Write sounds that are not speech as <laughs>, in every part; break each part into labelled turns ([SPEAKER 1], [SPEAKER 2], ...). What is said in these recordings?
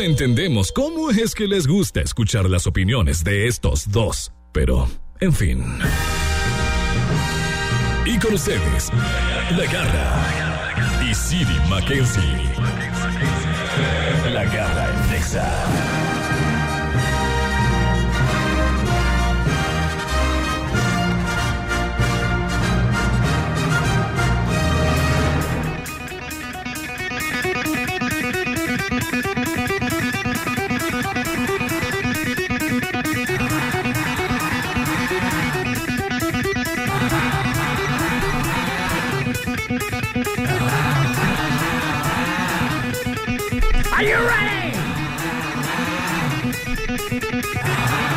[SPEAKER 1] entendemos cómo es que les gusta escuchar las opiniones de estos dos, pero, en fin. Y con ustedes, La Garra y Siri Mackenzie. La Garra en Texas.
[SPEAKER 2] Are you ready?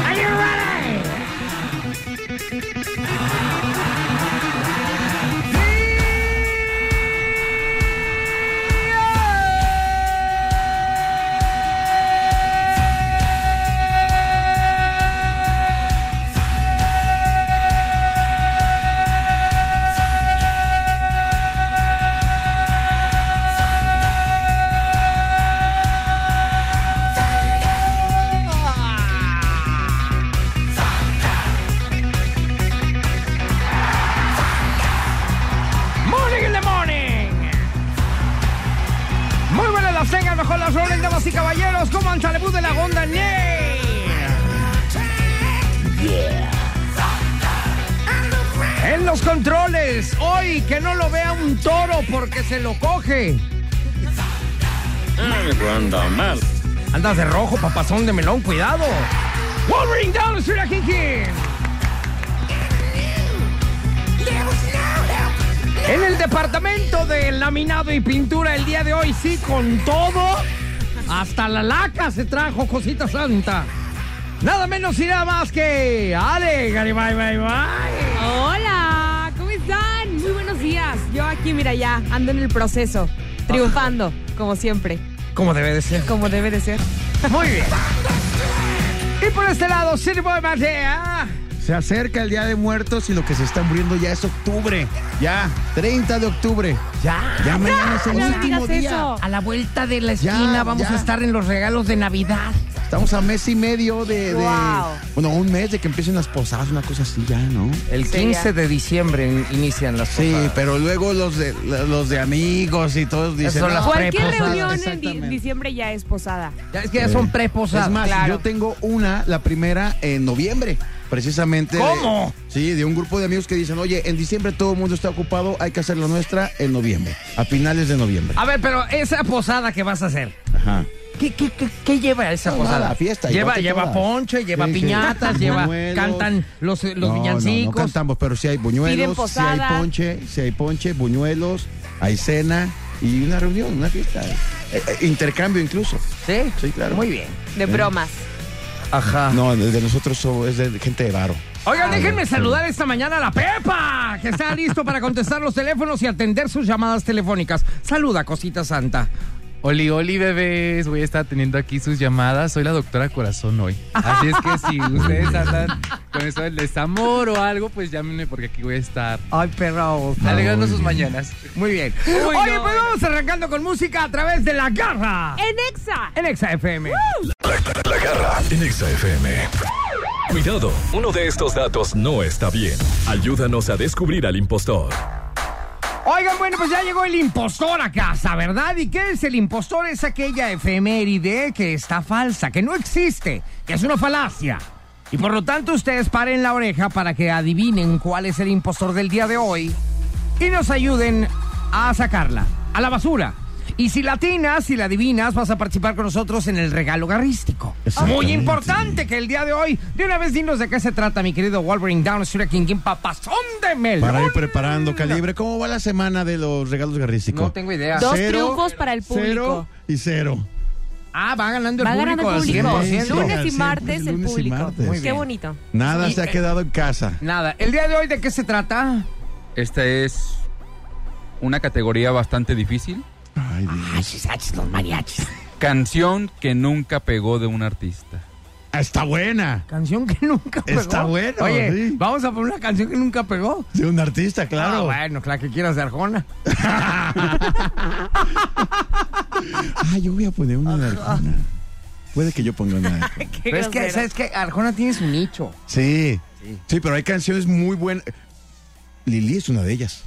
[SPEAKER 2] Are you ready? Morning in the morning. Muy buenas las tengan, mejor las roles, damas y caballeros. ¿Cómo anda el de la Gonda Ney? En los controles, hoy que no lo vea un toro porque se lo coge.
[SPEAKER 3] Anda mal.
[SPEAKER 2] Andas de rojo, papazón de melón, cuidado. Wolverine down, Sir King King. En el departamento de laminado y pintura el día de hoy, sí, con todo. Hasta la laca se trajo, cosita santa. Nada menos y nada más que Ale, Garibay, bye, bye.
[SPEAKER 4] Hola, ¿cómo están? Muy buenos días. Yo aquí, mira, ya ando en el proceso, triunfando, como siempre,
[SPEAKER 2] Como debe de ser.
[SPEAKER 4] como debe de ser.
[SPEAKER 2] Muy bien. Y por este lado, Sir Boy ah, Matea.
[SPEAKER 5] Se acerca el Día de Muertos y lo que se está muriendo ya es octubre. Ya, 30 de octubre.
[SPEAKER 2] Ya.
[SPEAKER 5] Ya mañana es el
[SPEAKER 4] No
[SPEAKER 5] último
[SPEAKER 4] digas
[SPEAKER 5] día.
[SPEAKER 4] eso.
[SPEAKER 2] A la vuelta de la
[SPEAKER 5] Ya,
[SPEAKER 2] esquina vamos
[SPEAKER 5] ya.
[SPEAKER 2] a estar en los regalos de Navidad.
[SPEAKER 5] Estamos a mes y medio de, de-
[SPEAKER 4] Wow.
[SPEAKER 5] Bueno, un mes de que empiecen las posadas, una cosa así ya, ¿no?
[SPEAKER 2] El
[SPEAKER 4] Sí,
[SPEAKER 2] 15
[SPEAKER 4] ya.
[SPEAKER 2] de diciembre in- inician las
[SPEAKER 5] Sí,
[SPEAKER 2] posadas.
[SPEAKER 5] pero luego los de, los de amigos y todos dicen...
[SPEAKER 2] son las
[SPEAKER 5] "No,
[SPEAKER 4] Cualquier
[SPEAKER 2] Preposada,
[SPEAKER 4] reunión en di-
[SPEAKER 5] exactamente.
[SPEAKER 4] diciembre ya es posada.
[SPEAKER 2] Ya es que ya son preposadas.
[SPEAKER 5] Es más,
[SPEAKER 4] claro.
[SPEAKER 5] yo tengo una, la primera en noviembre, precisamente. de-
[SPEAKER 2] ¿Cómo?
[SPEAKER 5] sí, de un grupo de amigos que dicen, oye, en diciembre todo el mundo está ocupado, hay que hacer la nuestra en noviembre, a finales de noviembre.
[SPEAKER 2] A ver, pero esa posada que vas a hacer,
[SPEAKER 5] Ajá.
[SPEAKER 2] ¿qué, qué, qué, qué lleva esa
[SPEAKER 5] No,
[SPEAKER 2] posada?
[SPEAKER 5] nada, fiesta,
[SPEAKER 2] Lleva,
[SPEAKER 5] igual que
[SPEAKER 2] lleva
[SPEAKER 5] todas.
[SPEAKER 2] ponche, lleva
[SPEAKER 5] Sí, sí.
[SPEAKER 2] piñatas, lleva,
[SPEAKER 5] Buñuelos.
[SPEAKER 2] cantan los, los
[SPEAKER 5] No, no, No,
[SPEAKER 2] villancicos.
[SPEAKER 5] cantamos, pero si hay
[SPEAKER 4] Piden
[SPEAKER 5] buñuelos, si hay
[SPEAKER 4] posada.
[SPEAKER 5] ponche, si hay ponche, buñuelos, hay cena y una reunión, una fiesta. Eh, eh, intercambio incluso.
[SPEAKER 2] ¿Sí?
[SPEAKER 5] Sí, claro.
[SPEAKER 2] Muy bien.
[SPEAKER 4] De bromas.
[SPEAKER 2] Ajá.
[SPEAKER 5] No, el de nosotros so- es de gente de varo.
[SPEAKER 2] Oigan, déjenme saludar esta mañana a la Pepa, que está listo para contestar los teléfonos y atender sus llamadas telefónicas. Saluda, cosita santa.
[SPEAKER 6] Oli, oli, bebés. Voy a estar teniendo aquí sus llamadas. Soy la doctora Corazón hoy. Así es que
[SPEAKER 7] <laughs>
[SPEAKER 6] si ustedes andan con eso del desamor o algo, pues llámenme porque aquí voy a estar
[SPEAKER 2] Ay, perro.
[SPEAKER 6] alegrando sus mañanas.
[SPEAKER 2] Muy bien. Oye, pues vamos arrancando con música a través de la garra.
[SPEAKER 4] En Exa.
[SPEAKER 2] En Exa FM.
[SPEAKER 1] La garra en Exa FM. Cuidado, uno de estos datos no está bien. Ayúdanos a descubrir al impostor.
[SPEAKER 2] Oigan, bueno, pues ya llegó el impostor a casa, ¿verdad? ¿Y qué es el impostor? Es aquella efeméride que está falsa, que no existe, que es una falacia. Y por lo tanto ustedes paren la oreja para que adivinen cuál es el impostor del día de hoy y nos ayuden a sacarla, a la basura. Y si latinas, si la adivinas, vas a participar con nosotros en el regalo garrístico.
[SPEAKER 5] Exactamente.
[SPEAKER 2] Muy importante que el día de hoy, de una vez dinos de qué se trata, mi querido Wolverine Down, Sura King, King, papazón de melón.
[SPEAKER 5] Para ir preparando calibre. ¿Cómo va la semana de los regalos garrísticos?
[SPEAKER 2] No tengo idea.
[SPEAKER 4] Dos triunfos para el
[SPEAKER 5] Cero
[SPEAKER 4] público.
[SPEAKER 5] y cero.
[SPEAKER 2] Ah, va ganando el
[SPEAKER 4] Va
[SPEAKER 2] público.
[SPEAKER 4] ganando el
[SPEAKER 2] al
[SPEAKER 4] público.
[SPEAKER 2] 100%.
[SPEAKER 4] Lunes y
[SPEAKER 5] Sí,
[SPEAKER 4] martes el
[SPEAKER 5] lunes y
[SPEAKER 4] público.
[SPEAKER 5] martes. Muy
[SPEAKER 4] Qué
[SPEAKER 2] bien.
[SPEAKER 4] bonito.
[SPEAKER 5] Nada
[SPEAKER 2] Y-
[SPEAKER 5] se ha quedado en casa.
[SPEAKER 2] Nada. ¿El día de hoy de qué se trata?
[SPEAKER 7] Esta es una categoría bastante difícil.
[SPEAKER 5] Ay, Dios.
[SPEAKER 2] los mariachis.
[SPEAKER 7] Canción que nunca pegó de un artista.
[SPEAKER 5] Ah, Está buena.
[SPEAKER 2] Canción que nunca pegó.
[SPEAKER 5] Está bueno,
[SPEAKER 2] Oye,
[SPEAKER 5] sí.
[SPEAKER 2] vamos a poner una canción que nunca pegó.
[SPEAKER 5] De un artista,
[SPEAKER 2] Ah,
[SPEAKER 5] claro.
[SPEAKER 2] bueno, claro que quieras de Arjona.
[SPEAKER 5] Ah, yo voy a poner una de Arjona. Puede que yo ponga una.
[SPEAKER 4] Qué
[SPEAKER 2] Pero es que,
[SPEAKER 4] grosero.
[SPEAKER 2] ¿sabes qué? Arjona tiene su nicho.
[SPEAKER 5] Sí. Sí, pero hay canciones muy buenas. Lili es una de ellas.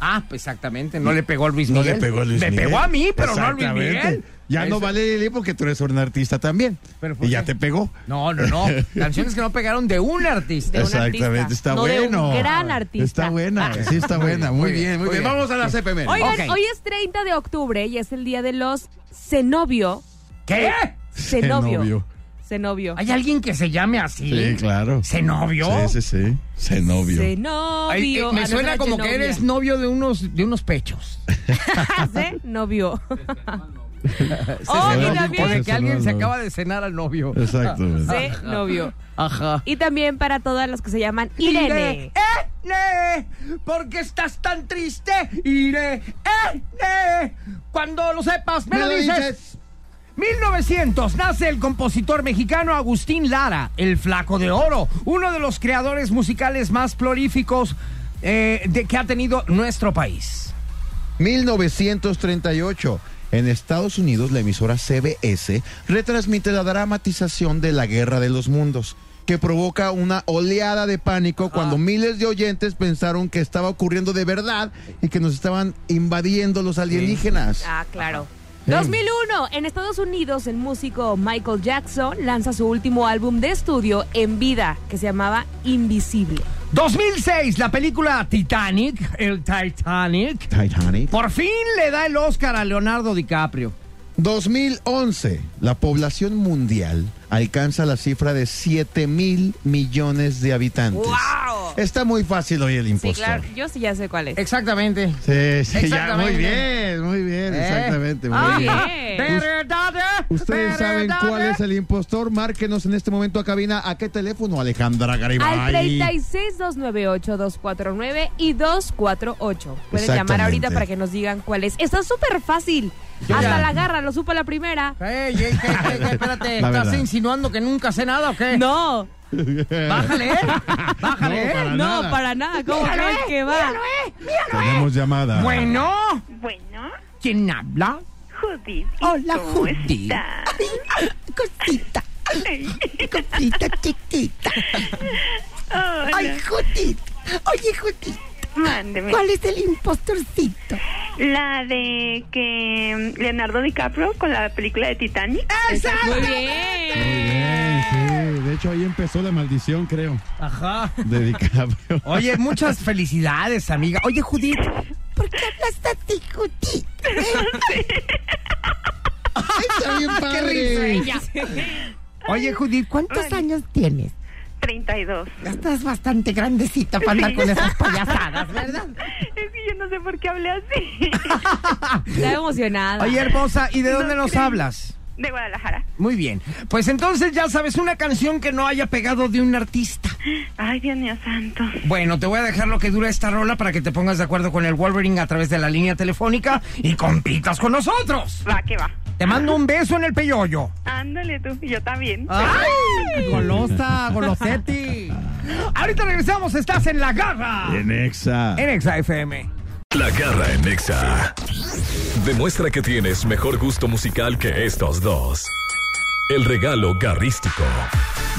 [SPEAKER 2] Ah, pues exactamente. No le pegó a Luis
[SPEAKER 5] No
[SPEAKER 2] Miguel.
[SPEAKER 5] le pegó a Luis Miguel.
[SPEAKER 2] Me pegó a mí, pero no a Luis
[SPEAKER 5] Exactamente.
[SPEAKER 2] Miguel.
[SPEAKER 5] Ya no
[SPEAKER 2] Eso-
[SPEAKER 5] vale Lili porque tú eres un artista también.
[SPEAKER 2] Pero ¿por
[SPEAKER 5] Y ya
[SPEAKER 2] qué?
[SPEAKER 5] te pegó.
[SPEAKER 2] No, no,
[SPEAKER 5] <laughs>
[SPEAKER 2] no. Canciones que no pegaron de un artista.
[SPEAKER 4] De un
[SPEAKER 5] Exactamente,
[SPEAKER 4] artista,
[SPEAKER 5] está
[SPEAKER 4] no de un
[SPEAKER 5] bueno.
[SPEAKER 4] gran artista.
[SPEAKER 5] Está buena, sí está buena. Muy bien, muy bien. Vamos a las efemérides.
[SPEAKER 4] Oigan,
[SPEAKER 2] Ok.
[SPEAKER 4] hoy es 30 de octubre y es el día de los cenovio.
[SPEAKER 2] ¿Qué?
[SPEAKER 4] Cenovio.
[SPEAKER 5] Cenovio.
[SPEAKER 4] Cenovio.
[SPEAKER 2] ¿Hay alguien que se llame así?
[SPEAKER 5] Sí, claro.
[SPEAKER 2] ¿Se novio?
[SPEAKER 5] Sí, sí, sí. Se novio.
[SPEAKER 4] Cenovio.
[SPEAKER 2] Ay, eh,
[SPEAKER 4] Ah,
[SPEAKER 2] me
[SPEAKER 4] no,
[SPEAKER 2] suena
[SPEAKER 4] será
[SPEAKER 2] como que
[SPEAKER 4] cenovia.
[SPEAKER 2] eres novio de unos, de unos pechos.
[SPEAKER 4] <laughs> Cenovio.
[SPEAKER 5] <laughs> se
[SPEAKER 4] Oh,
[SPEAKER 5] llama
[SPEAKER 4] y
[SPEAKER 5] novio,
[SPEAKER 2] O de
[SPEAKER 4] también
[SPEAKER 5] pues.
[SPEAKER 2] que alguien se
[SPEAKER 5] no, no.
[SPEAKER 2] acaba de cenar al novio.
[SPEAKER 5] Exacto. <laughs>
[SPEAKER 4] cenovio.
[SPEAKER 2] Ajá.
[SPEAKER 4] Y también para todas las que se llaman Irene.
[SPEAKER 2] Irene, ¿por qué estás tan triste? Irene, cuando lo sepas, me, lo dices. 1900 nace el compositor mexicano Agustín Lara, el Flaco de Oro, uno de los creadores musicales más prolíficos eh, de, que ha tenido nuestro país.
[SPEAKER 5] 1938. En Estados Unidos, la emisora CBS retransmite la dramatización de la Guerra de los Mundos, que provoca una oleada de
[SPEAKER 4] Ah.
[SPEAKER 5] pánico cuando miles de oyentes pensaron que estaba ocurriendo de verdad y que nos estaban invadiendo los alienígenas.
[SPEAKER 4] Ah, claro.
[SPEAKER 5] Sí.
[SPEAKER 4] 2001, en Estados Unidos, el músico Michael Jackson lanza su último álbum de estudio en vida, que se llamaba Invisible.
[SPEAKER 2] 2006, la película Titanic, el Titanic,
[SPEAKER 5] Titanic.
[SPEAKER 2] por fin le da el Oscar a Leonardo DiCaprio.
[SPEAKER 5] 2011, la población mundial alcanza la cifra de 7 mil millones de habitantes.
[SPEAKER 4] ¡Wow!
[SPEAKER 5] Está muy fácil hoy el
[SPEAKER 4] Sí,
[SPEAKER 5] impostor.
[SPEAKER 4] claro, yo sí ya sé cuál es.
[SPEAKER 2] Exactamente.
[SPEAKER 5] Sí, sí, ya, muy
[SPEAKER 2] Exactamente.
[SPEAKER 5] bien, muy bien,
[SPEAKER 2] ¿Eh?
[SPEAKER 5] exactamente. Muy
[SPEAKER 2] Ah,
[SPEAKER 5] bien.
[SPEAKER 4] bien.
[SPEAKER 2] ¿Verdad?
[SPEAKER 5] Ustedes saben
[SPEAKER 2] ¿Verdad?
[SPEAKER 5] cuál es el impostor. Márquenos en este momento a cabina. ¿A qué teléfono, Alejandra Garibay?
[SPEAKER 4] Al 36-298-249 y 248. Pueden llamar
[SPEAKER 5] Exactamente.
[SPEAKER 4] ahorita para que nos digan cuál es. Está súper fácil.
[SPEAKER 5] Yo
[SPEAKER 4] Hasta
[SPEAKER 5] ya-
[SPEAKER 4] la garra, lo supo la primera.
[SPEAKER 2] Ey, ey, ey, ey, ey, espérate,
[SPEAKER 5] <laughs> La
[SPEAKER 2] ¿estás
[SPEAKER 5] verdad.
[SPEAKER 2] insinuando que nunca sé nada o qué?
[SPEAKER 4] No,
[SPEAKER 2] Bájale, ¿eh? Bájale,
[SPEAKER 5] No,
[SPEAKER 2] ¿eh?
[SPEAKER 5] para
[SPEAKER 4] no,
[SPEAKER 5] nada.
[SPEAKER 4] para nada. ¿Cómo crees que va?
[SPEAKER 5] Tenemos llamada.
[SPEAKER 2] Bueno,
[SPEAKER 3] Bueno,
[SPEAKER 2] ¿quién habla?
[SPEAKER 3] Judith. ¿y
[SPEAKER 2] Hola,
[SPEAKER 3] cómo
[SPEAKER 2] Judy.
[SPEAKER 3] está?
[SPEAKER 2] Cosita,
[SPEAKER 3] Ay,
[SPEAKER 2] cosita chiquita.
[SPEAKER 3] hola,
[SPEAKER 2] Ay, Judith. Oye, Judith,
[SPEAKER 3] mándeme.
[SPEAKER 2] ¿cuál es el impostorcito?
[SPEAKER 3] La de que mm, Leonardo DiCaprio con la película de Titanic.
[SPEAKER 8] Ah,
[SPEAKER 4] Muy bien.
[SPEAKER 5] Muy bien, sí. De hecho, ahí empezó la maldición, creo, <laughs>
[SPEAKER 2] Ajá.
[SPEAKER 5] de DiCaprio.
[SPEAKER 2] Oye, muchas felicidades, amiga. Oye, Judith, ¿por qué hablas así, Judith?
[SPEAKER 5] Está bien padre.
[SPEAKER 2] ¿eh? Oye, Judith, ¿cuántos
[SPEAKER 3] Vale.
[SPEAKER 2] años tienes?
[SPEAKER 3] 32.
[SPEAKER 2] Ya Estás bastante grandecita para andar con esas payasadas, ¿verdad?
[SPEAKER 3] Es que yo no sé por qué
[SPEAKER 8] <laughs>
[SPEAKER 3] hablé así.
[SPEAKER 4] Está emocionada.
[SPEAKER 2] Oye, hermosa, ¿y de
[SPEAKER 3] No
[SPEAKER 2] dónde nos
[SPEAKER 3] creo.
[SPEAKER 2] hablas?
[SPEAKER 3] De Guadalajara.
[SPEAKER 2] Muy bien. Pues entonces ya sabes, una canción que no haya pegado de un artista.
[SPEAKER 3] Ay, Dios mío santo.
[SPEAKER 2] Bueno, te voy a dejar lo que dura esta rola para que te pongas de acuerdo con el Wolverine a través de la línea telefónica y compitas con nosotros.
[SPEAKER 3] Va, que va.
[SPEAKER 2] Te mando un beso en el peyoyo.
[SPEAKER 3] Ándale tú, yo también.
[SPEAKER 2] ¡Ay! Golosa, goloseti. Ahorita regresamos, estás en la garra.
[SPEAKER 5] En Exa.
[SPEAKER 2] En Exa FM.
[SPEAKER 1] La garra en Nexa. Demuestra que tienes mejor gusto musical que estos dos. El regalo garrístico.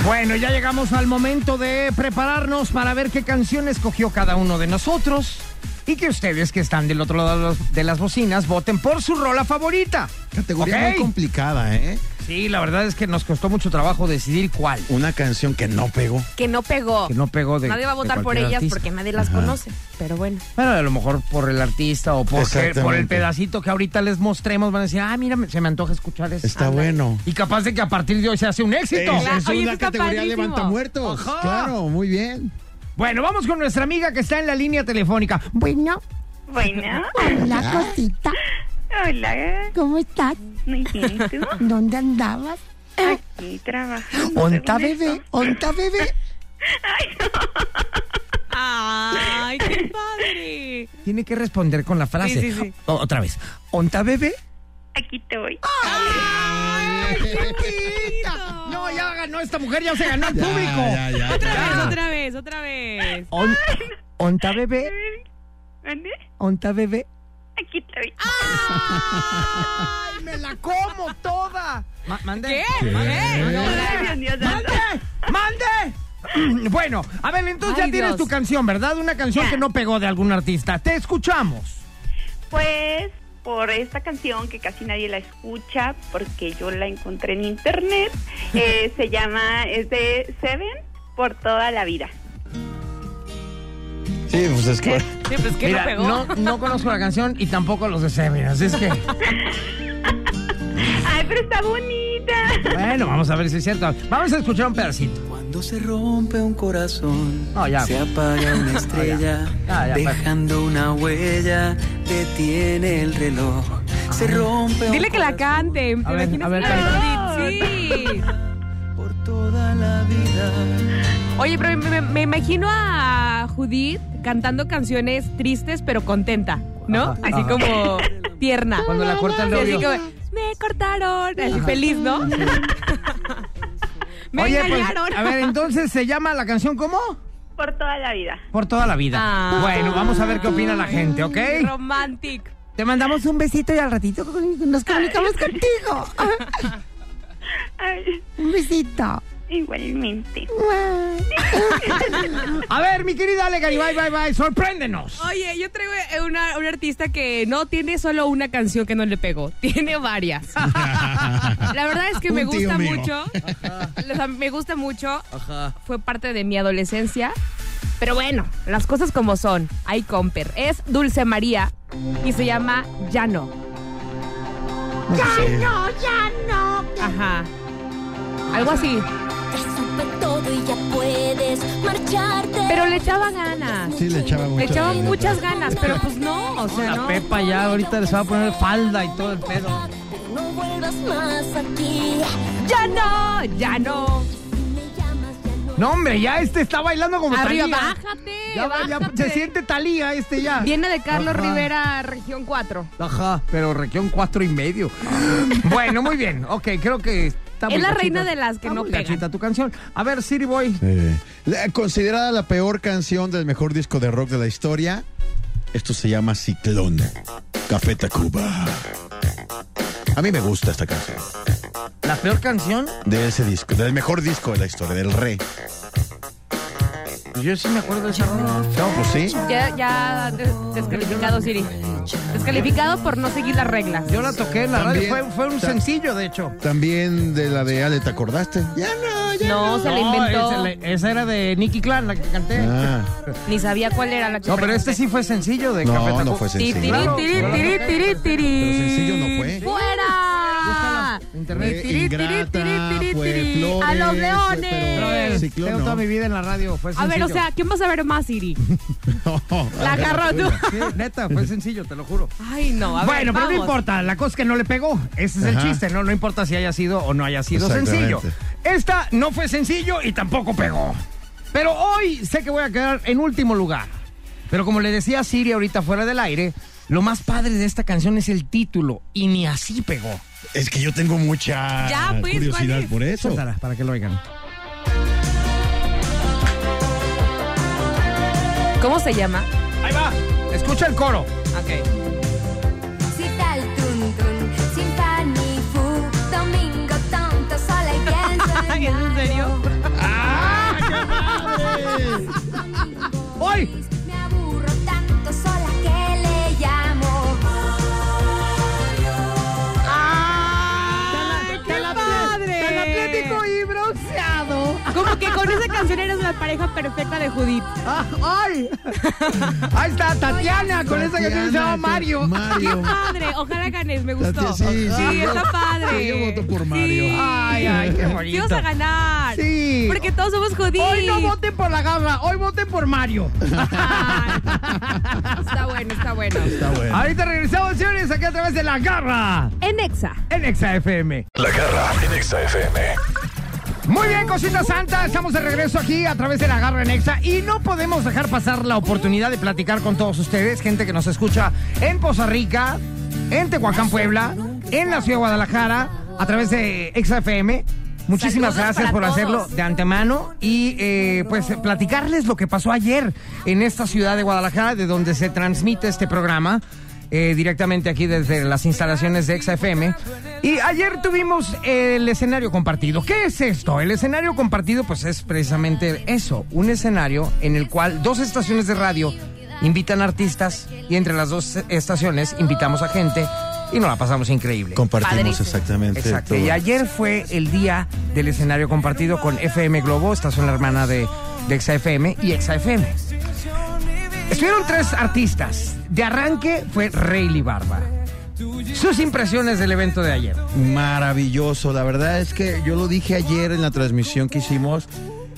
[SPEAKER 2] Bueno, ya llegamos al momento de prepararnos para ver qué canción escogió cada uno de nosotros y que ustedes que están del otro lado de los- de las bocinas voten por su rola favorita.
[SPEAKER 5] Categoría
[SPEAKER 2] ¿Ok?
[SPEAKER 5] muy complicada, ¿eh?
[SPEAKER 2] Sí, la verdad es que nos costó mucho trabajo decidir cuál.
[SPEAKER 5] Una canción que no pegó.
[SPEAKER 4] Que no pegó.
[SPEAKER 2] Que no pegó de
[SPEAKER 4] nadie va a
[SPEAKER 2] de
[SPEAKER 4] votar por
[SPEAKER 2] cualquier
[SPEAKER 4] ellas
[SPEAKER 2] artista.
[SPEAKER 4] porque nadie las conoce. Pero bueno.
[SPEAKER 2] Bueno, a lo mejor por el artista o por, por el
[SPEAKER 5] Exactamente.
[SPEAKER 2] pedacito que ahorita les mostremos van a decir, ah, mira, me- se me antoja escuchar eso.
[SPEAKER 5] Está bueno.
[SPEAKER 2] Y capaz de que a partir de hoy se hace un éxito.
[SPEAKER 5] Esa
[SPEAKER 4] Claro,
[SPEAKER 5] es
[SPEAKER 4] oye, eso
[SPEAKER 5] una
[SPEAKER 4] está
[SPEAKER 5] categoría
[SPEAKER 4] padrísimo.
[SPEAKER 5] levanta muertos.
[SPEAKER 2] Ajá.
[SPEAKER 5] Claro, muy bien.
[SPEAKER 2] Bueno, vamos con nuestra amiga que está en la línea telefónica. Bueno,
[SPEAKER 3] Bueno,
[SPEAKER 8] Hola, cosita.
[SPEAKER 3] hola.
[SPEAKER 8] ¿Cómo estás?
[SPEAKER 3] Muy bien, ¿y tú?
[SPEAKER 8] ¿Dónde andabas?
[SPEAKER 3] Aquí trabajando.
[SPEAKER 8] Onta
[SPEAKER 3] según
[SPEAKER 8] bebé,
[SPEAKER 3] esto.
[SPEAKER 8] onta bebé.
[SPEAKER 4] ¡Ay, qué padre!
[SPEAKER 2] tiene que responder con la frase.
[SPEAKER 4] Sí, sí, sí.
[SPEAKER 2] O- otra vez. ¿Onta bebé?
[SPEAKER 3] Aquí te voy.
[SPEAKER 2] No, ya ganó esta mujer, ya se ganó el
[SPEAKER 5] Ya,
[SPEAKER 2] público.
[SPEAKER 5] ya, ya,
[SPEAKER 4] Otra
[SPEAKER 5] ya.
[SPEAKER 4] vez, otra vez, otra vez.
[SPEAKER 2] On- ¿Onta bebé?
[SPEAKER 3] ¿Mande?
[SPEAKER 2] ¿Onta bebé?
[SPEAKER 3] Aquí te vi.
[SPEAKER 8] Ah,
[SPEAKER 2] ¡Ay, me la como toda! Ma- mande.
[SPEAKER 4] ¿Qué?
[SPEAKER 2] ¿Qué?
[SPEAKER 3] Gracias, Dios santo.
[SPEAKER 2] ¡Mande! ¡Mande! <clears throat> Bueno, a ver, entonces
[SPEAKER 4] Ay,
[SPEAKER 2] ya tienes tu
[SPEAKER 4] Dios.
[SPEAKER 2] canción, ¿verdad? Una canción
[SPEAKER 3] Ya.
[SPEAKER 2] que no pegó de algún artista. Te escuchamos.
[SPEAKER 3] Pues por esta canción que casi nadie la escucha porque yo la encontré en
[SPEAKER 8] <laughs>
[SPEAKER 3] internet. eh, se llama, es de Seven por toda la vida.
[SPEAKER 5] Sí, pues es que.
[SPEAKER 4] Sí, pues que no
[SPEAKER 2] Mira,
[SPEAKER 4] pegó.
[SPEAKER 2] no, no conozco la canción y tampoco los de Seven, así <laughs> es que...
[SPEAKER 3] Ay, pero está bonita.
[SPEAKER 2] Bueno, vamos a ver si es cierto. Vamos a escuchar un pedacito.
[SPEAKER 9] Cuando se rompe un corazón,
[SPEAKER 2] <laughs> No, ya.
[SPEAKER 9] se apaga una estrella,
[SPEAKER 2] Ya, ya, pues.
[SPEAKER 9] dejando una huella, detiene el reloj. Se rompe un
[SPEAKER 4] Dile que la
[SPEAKER 9] corazón
[SPEAKER 4] cante. ¿Te
[SPEAKER 2] A ver,
[SPEAKER 4] imaginas
[SPEAKER 2] a ver,
[SPEAKER 4] que la cante? Sí.
[SPEAKER 9] por toda la vida.
[SPEAKER 4] Oye, pero me, me- me imagino a Judith cantando canciones tristes pero contenta, ¿no?
[SPEAKER 2] Ajá,
[SPEAKER 4] así
[SPEAKER 2] ajá.
[SPEAKER 4] como tierna.
[SPEAKER 2] Cuando la corta el
[SPEAKER 4] Sí, así
[SPEAKER 2] novio.
[SPEAKER 4] como, me cortaron, así feliz, ¿no? <laughs> me
[SPEAKER 2] Oye, pues,
[SPEAKER 4] engañaron.
[SPEAKER 2] a ver, entonces se llama la canción ¿cómo?
[SPEAKER 3] Por toda la vida.
[SPEAKER 2] Por toda la vida.
[SPEAKER 4] <laughs> Ah. Mm,
[SPEAKER 2] Bueno, vamos a ver qué opina la gente, ¿ok?
[SPEAKER 4] Romantic.
[SPEAKER 2] Te mandamos un besito y al ratito.
[SPEAKER 8] Ratito nos comunicamos contigo.
[SPEAKER 3] Ay,
[SPEAKER 8] Un besito.
[SPEAKER 3] igualmente.
[SPEAKER 2] A ver, mi querida Ale Garibay, bye, bye, sorpréndenos.
[SPEAKER 4] Oye, yo traigo eh, una, un artista que no tiene solo una canción que no le pegó,
[SPEAKER 2] <laughs>
[SPEAKER 4] tiene varias. La verdad es que me
[SPEAKER 5] Un tío
[SPEAKER 4] gusta
[SPEAKER 5] mío.
[SPEAKER 4] mucho. O sea, me gusta mucho. Fue parte de mi adolescencia. Pero bueno, las cosas como son. Hay comper. Es Dulce María y se llama Llano.
[SPEAKER 5] <laughs>
[SPEAKER 8] Ya no, ya no.
[SPEAKER 4] Ajá. Algo así.
[SPEAKER 8] Ya supe todo y ya puedes marcharte.
[SPEAKER 4] Pero le echaba ganas.
[SPEAKER 5] Sí, le echaba
[SPEAKER 4] Le
[SPEAKER 5] muchas
[SPEAKER 4] echaba
[SPEAKER 5] ganas.
[SPEAKER 4] muchas ganas, pero pues no, o sea,
[SPEAKER 2] La
[SPEAKER 4] no.
[SPEAKER 2] Pepa ya ahorita les va a poner falda y todo el pedo.
[SPEAKER 8] Pero no vuelvas más aquí.
[SPEAKER 4] Ya no, ya no.
[SPEAKER 8] Me llamas, ya no.
[SPEAKER 2] No, hombre, ya este está bailando como
[SPEAKER 4] Arriba,
[SPEAKER 2] Thalía.
[SPEAKER 4] bájate.
[SPEAKER 2] Ya, va- ya
[SPEAKER 4] bájate.
[SPEAKER 2] se siente Talía este ya.
[SPEAKER 4] Viene de Carlos
[SPEAKER 2] Ajá.
[SPEAKER 4] Rivera, región 4.
[SPEAKER 2] Ajá, pero región cuatro y medio. bueno, muy bien. Ok, creo que está muy
[SPEAKER 4] Es la
[SPEAKER 2] cachita.
[SPEAKER 4] reina de las que
[SPEAKER 2] Está
[SPEAKER 4] no
[SPEAKER 2] muy
[SPEAKER 4] pegan.
[SPEAKER 2] cachita tu canción. A ver, City Boy.
[SPEAKER 5] Eh, la- considerada la peor canción del mejor disco de rock de la historia, esto se llama Ciclón. Café Tacuba. A mí me gusta esta canción.
[SPEAKER 2] La peor canción.
[SPEAKER 5] De ese disco, del mejor disco de la historia, del rey.
[SPEAKER 2] Yo sí me acuerdo de esa rola.
[SPEAKER 5] No, pues sí.
[SPEAKER 4] Ya, ya des- descalificado, Siri. Descalificado por no seguir las reglas.
[SPEAKER 2] Yo la toqué en la
[SPEAKER 5] También.
[SPEAKER 2] radio. Fue, fue un
[SPEAKER 5] Ta-
[SPEAKER 2] sencillo, de hecho.
[SPEAKER 5] También de la de Ale, ¿te acordaste? Ya no, ya
[SPEAKER 4] No, se la
[SPEAKER 2] No,
[SPEAKER 4] inventó.
[SPEAKER 2] esa, la- esa era de Nicky Clan, la que canté.
[SPEAKER 5] Ah,
[SPEAKER 4] Ni sabía cuál era la que
[SPEAKER 2] No, pero este
[SPEAKER 4] pregunté.
[SPEAKER 2] sí fue sencillo de Café
[SPEAKER 5] no,
[SPEAKER 2] Tacuba.
[SPEAKER 5] no fue
[SPEAKER 4] Ti, tiri,
[SPEAKER 5] sencillo.
[SPEAKER 4] tiri, tiri, tiri, tiri.
[SPEAKER 5] Pero sencillo no fue.
[SPEAKER 4] ¡Fuera!
[SPEAKER 2] Internet.
[SPEAKER 5] Fue ingrata, fue flores,
[SPEAKER 4] A los
[SPEAKER 5] fue-
[SPEAKER 4] leones.
[SPEAKER 5] pero-
[SPEAKER 2] A ver,
[SPEAKER 5] Ciclón,
[SPEAKER 2] tengo
[SPEAKER 5] no.
[SPEAKER 2] toda mi vida en la radio. Fue
[SPEAKER 4] A
[SPEAKER 2] sencillo.
[SPEAKER 4] ver, o sea, ¿quién vas a ver más, Siri?
[SPEAKER 5] <laughs> No,
[SPEAKER 2] <laughs>
[SPEAKER 4] La
[SPEAKER 5] a ver,
[SPEAKER 4] agarró tú.
[SPEAKER 2] Sí, neta, fue sencillo, te lo juro.
[SPEAKER 4] Ay, no. A ver,
[SPEAKER 2] Bueno, pero no
[SPEAKER 4] vamos.
[SPEAKER 2] importa, la cosa es que no le pegó. Ese es el
[SPEAKER 5] Ajá.
[SPEAKER 2] chiste, ¿no? No importa si haya sido o no haya sido
[SPEAKER 5] Exactamente.
[SPEAKER 2] sencillo. Esta no fue sencillo y tampoco pegó. Pero hoy sé que voy a quedar en último lugar. Pero como le decía a Siri ahorita fuera del aire, lo más padre de esta canción es el título y ni así pegó.
[SPEAKER 5] Es que yo tengo mucha
[SPEAKER 4] Ya, pues, ¿cuál
[SPEAKER 5] curiosidad
[SPEAKER 4] es?
[SPEAKER 5] por eso.
[SPEAKER 2] Suéltala, para que lo oigan.
[SPEAKER 4] ¿Cómo se llama?
[SPEAKER 2] Ahí va. Escucha el coro.
[SPEAKER 4] Ok.
[SPEAKER 10] Cita al tun tun, sin pan ni fu, domingo tonto, sola
[SPEAKER 8] <laughs>
[SPEAKER 10] y pienso
[SPEAKER 4] Ay, ¿es en serio?
[SPEAKER 2] ¡Hoy!
[SPEAKER 10] gris. Me aburro tanto sola que le llamo.
[SPEAKER 4] ¡Qué padre!
[SPEAKER 2] y
[SPEAKER 5] <laughs>
[SPEAKER 2] bronceado.
[SPEAKER 4] Como que con esa canción eres la pareja perfecta de Judith.
[SPEAKER 2] Ah,
[SPEAKER 5] <laughs>
[SPEAKER 2] ¡Ay! Ahí está Tatiana con esa canción que se llama
[SPEAKER 5] Tatiana,
[SPEAKER 2] Mario.
[SPEAKER 5] <laughs> Mario.
[SPEAKER 4] Padre, ojalá ganes, me gustó.
[SPEAKER 5] Sí, sí, sí, yo-
[SPEAKER 4] está padre.
[SPEAKER 5] sí, yo voto por Mario.
[SPEAKER 2] Ay, ay, qué
[SPEAKER 4] Sí,
[SPEAKER 2] bonito.
[SPEAKER 4] Vamos a ganar.
[SPEAKER 2] Sí.
[SPEAKER 4] Porque todos somos Judith.
[SPEAKER 2] Hoy no voten por la garra, hoy voten por Mario.
[SPEAKER 4] Ay. Está bueno, está bueno.
[SPEAKER 5] Está bueno.
[SPEAKER 2] Ahorita regresamos, señores, aquí a través de la garra
[SPEAKER 4] En Exa.
[SPEAKER 2] en Exa FM.
[SPEAKER 1] La garra en Exa FM.
[SPEAKER 2] Muy bien, Cosita Santa, estamos de regreso aquí a través de la Garra en Exa y no podemos dejar pasar la oportunidad de platicar con todos ustedes, gente que nos escucha en Poza Rica, en Tehuacán, Puebla, en la ciudad de Guadalajara, a través de Exa FM. Muchísimas
[SPEAKER 4] Saludos
[SPEAKER 2] gracias
[SPEAKER 4] para
[SPEAKER 2] por
[SPEAKER 4] todos.
[SPEAKER 2] hacerlo de antemano y eh, pues platicarles lo que pasó ayer en esta ciudad de Guadalajara, de donde se transmite este programa. eh, directamente aquí desde las instalaciones de XFM. Y ayer tuvimos eh, el escenario compartido. ¿Qué es esto? El escenario compartido, pues es precisamente eso, un escenario en el cual dos estaciones de radio invitan artistas y entre las dos estaciones invitamos a gente y nos la pasamos increíble.
[SPEAKER 5] Compartimos
[SPEAKER 4] Padrísimo.
[SPEAKER 5] exactamente.
[SPEAKER 2] Exacto.
[SPEAKER 5] todo.
[SPEAKER 2] Y ayer fue el día del escenario compartido con FM Globo, estación hermana de, de XFM y XFM. Estuvieron tres artistas. De arranque fue Rayleigh Barba. Sus impresiones del evento de ayer.
[SPEAKER 5] Maravilloso, la verdad es que yo lo dije ayer en la transmisión que hicimos.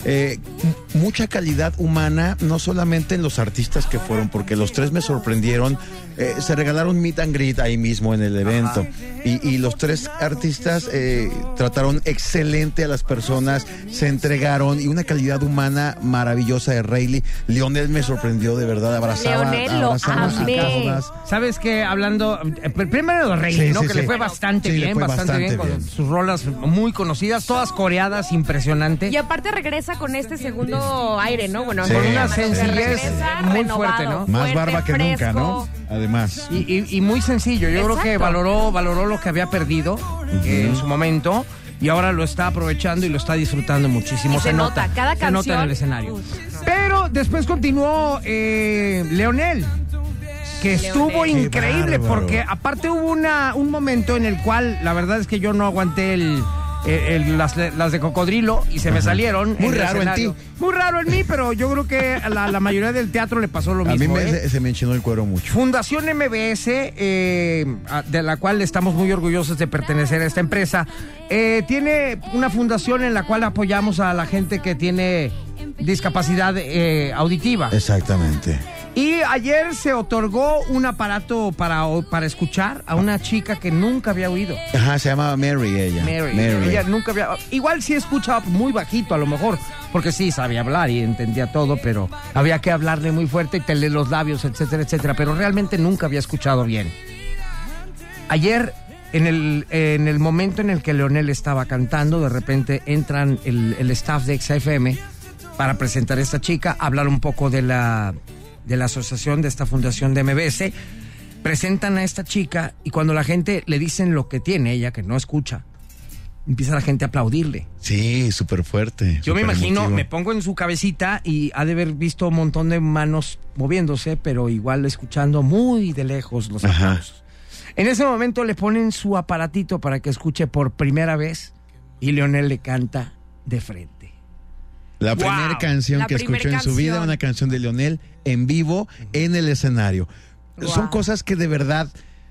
[SPEAKER 5] eh, m- mucha calidad humana, no solamente en los artistas que fueron, porque los tres me sorprendieron. eh, se regalaron meet and greet ahí mismo en el evento. Y, y los tres artistas eh, trataron excelente a las personas, se entregaron y una calidad humana maravillosa de Rayleigh. Leonel me sorprendió de verdad, abrazaba,
[SPEAKER 4] Leonel, lo
[SPEAKER 5] abrazaba a
[SPEAKER 4] amé.
[SPEAKER 5] todas.
[SPEAKER 2] Sabes que hablando, eh, primero de Rayleigh,
[SPEAKER 5] Sí,
[SPEAKER 2] ¿no?
[SPEAKER 5] sí,
[SPEAKER 2] que
[SPEAKER 5] sí.
[SPEAKER 2] le fue bastante
[SPEAKER 5] Sí, le
[SPEAKER 2] bien,
[SPEAKER 5] fue
[SPEAKER 2] bastante,
[SPEAKER 5] bastante
[SPEAKER 2] bien, con
[SPEAKER 5] bien.
[SPEAKER 2] sus rolas muy conocidas, todas coreadas, impresionante.
[SPEAKER 4] Y aparte regresa con este segundo aire, ¿no? Bueno,
[SPEAKER 5] Sí.
[SPEAKER 4] con
[SPEAKER 5] Con una
[SPEAKER 4] una
[SPEAKER 2] sencillez muy fuerte, ¿no?
[SPEAKER 5] Más barba que nunca, ¿no? Además.
[SPEAKER 2] Y, y- y muy sencillo, yo creo que
[SPEAKER 4] Exacto.
[SPEAKER 2] valoró, valoró lo que había perdido eh, en su momento y ahora lo está aprovechando y lo está disfrutando muchísimo.
[SPEAKER 4] Y se nota, cada
[SPEAKER 2] se nota en
[SPEAKER 4] canción.
[SPEAKER 2] el escenario.
[SPEAKER 4] Uf.
[SPEAKER 2] Pero después continuó eh, Leonel, que estuvo
[SPEAKER 4] Leonel.
[SPEAKER 5] Qué
[SPEAKER 2] increíble
[SPEAKER 5] bárbaro.
[SPEAKER 2] porque aparte hubo una, un momento en el cual la verdad es que yo no aguanté el... el- el- las, las de cocodrilo y se me salieron.
[SPEAKER 5] Muy
[SPEAKER 2] el
[SPEAKER 5] raro en
[SPEAKER 2] escenario.
[SPEAKER 5] ti.
[SPEAKER 2] Muy raro en mí, pero yo creo que a la, la mayoría del teatro le pasó lo
[SPEAKER 5] A
[SPEAKER 2] mismo.
[SPEAKER 5] mí me-
[SPEAKER 2] ¿eh?
[SPEAKER 5] se, se me enchinó el cuero mucho.
[SPEAKER 2] Fundación MBS, eh, a- de la cual estamos muy orgullosos de pertenecer a esta empresa, eh, tiene una fundación en la cual apoyamos a la gente que tiene discapacidad eh, auditiva.
[SPEAKER 5] Exactamente.
[SPEAKER 2] Y ayer se otorgó un aparato para, para escuchar a una chica que nunca había oído.
[SPEAKER 5] Ajá, se llamaba Mary ella.
[SPEAKER 2] Mary. Ella nunca había. Igual sí escuchaba muy bajito, a lo mejor, porque sí sabía hablar y entendía todo, pero había que hablarle muy fuerte y te lee los labios, etcétera, etcétera. Pero realmente nunca había escuchado bien. Ayer, en el, en el momento en el que Leonel estaba cantando, de repente entran el, el staff de XFM para presentar a esta chica, hablar un poco de la, de la asociación, de esta fundación de MBS. Presentan a esta chica y cuando la gente le dicen lo que tiene ella, que no escucha, empieza la gente a aplaudirle.
[SPEAKER 5] Sí, súper fuerte.
[SPEAKER 2] Yo me
[SPEAKER 5] súper
[SPEAKER 2] imagino,
[SPEAKER 5] emotivo.
[SPEAKER 2] me pongo en su cabecita y ha de haber visto un montón de manos moviéndose, pero igual escuchando muy de lejos los
[SPEAKER 5] Ajá.
[SPEAKER 2] aplausos. En ese momento le ponen su aparatito para que escuche por primera vez y Leonel le canta de frente.
[SPEAKER 5] La
[SPEAKER 2] Wow.
[SPEAKER 5] primera canción
[SPEAKER 4] La
[SPEAKER 5] que
[SPEAKER 4] primer
[SPEAKER 5] escuchó en su vida,
[SPEAKER 4] canción.
[SPEAKER 5] una canción de Leonel en vivo en el escenario.
[SPEAKER 4] Wow.
[SPEAKER 5] Son cosas que de verdad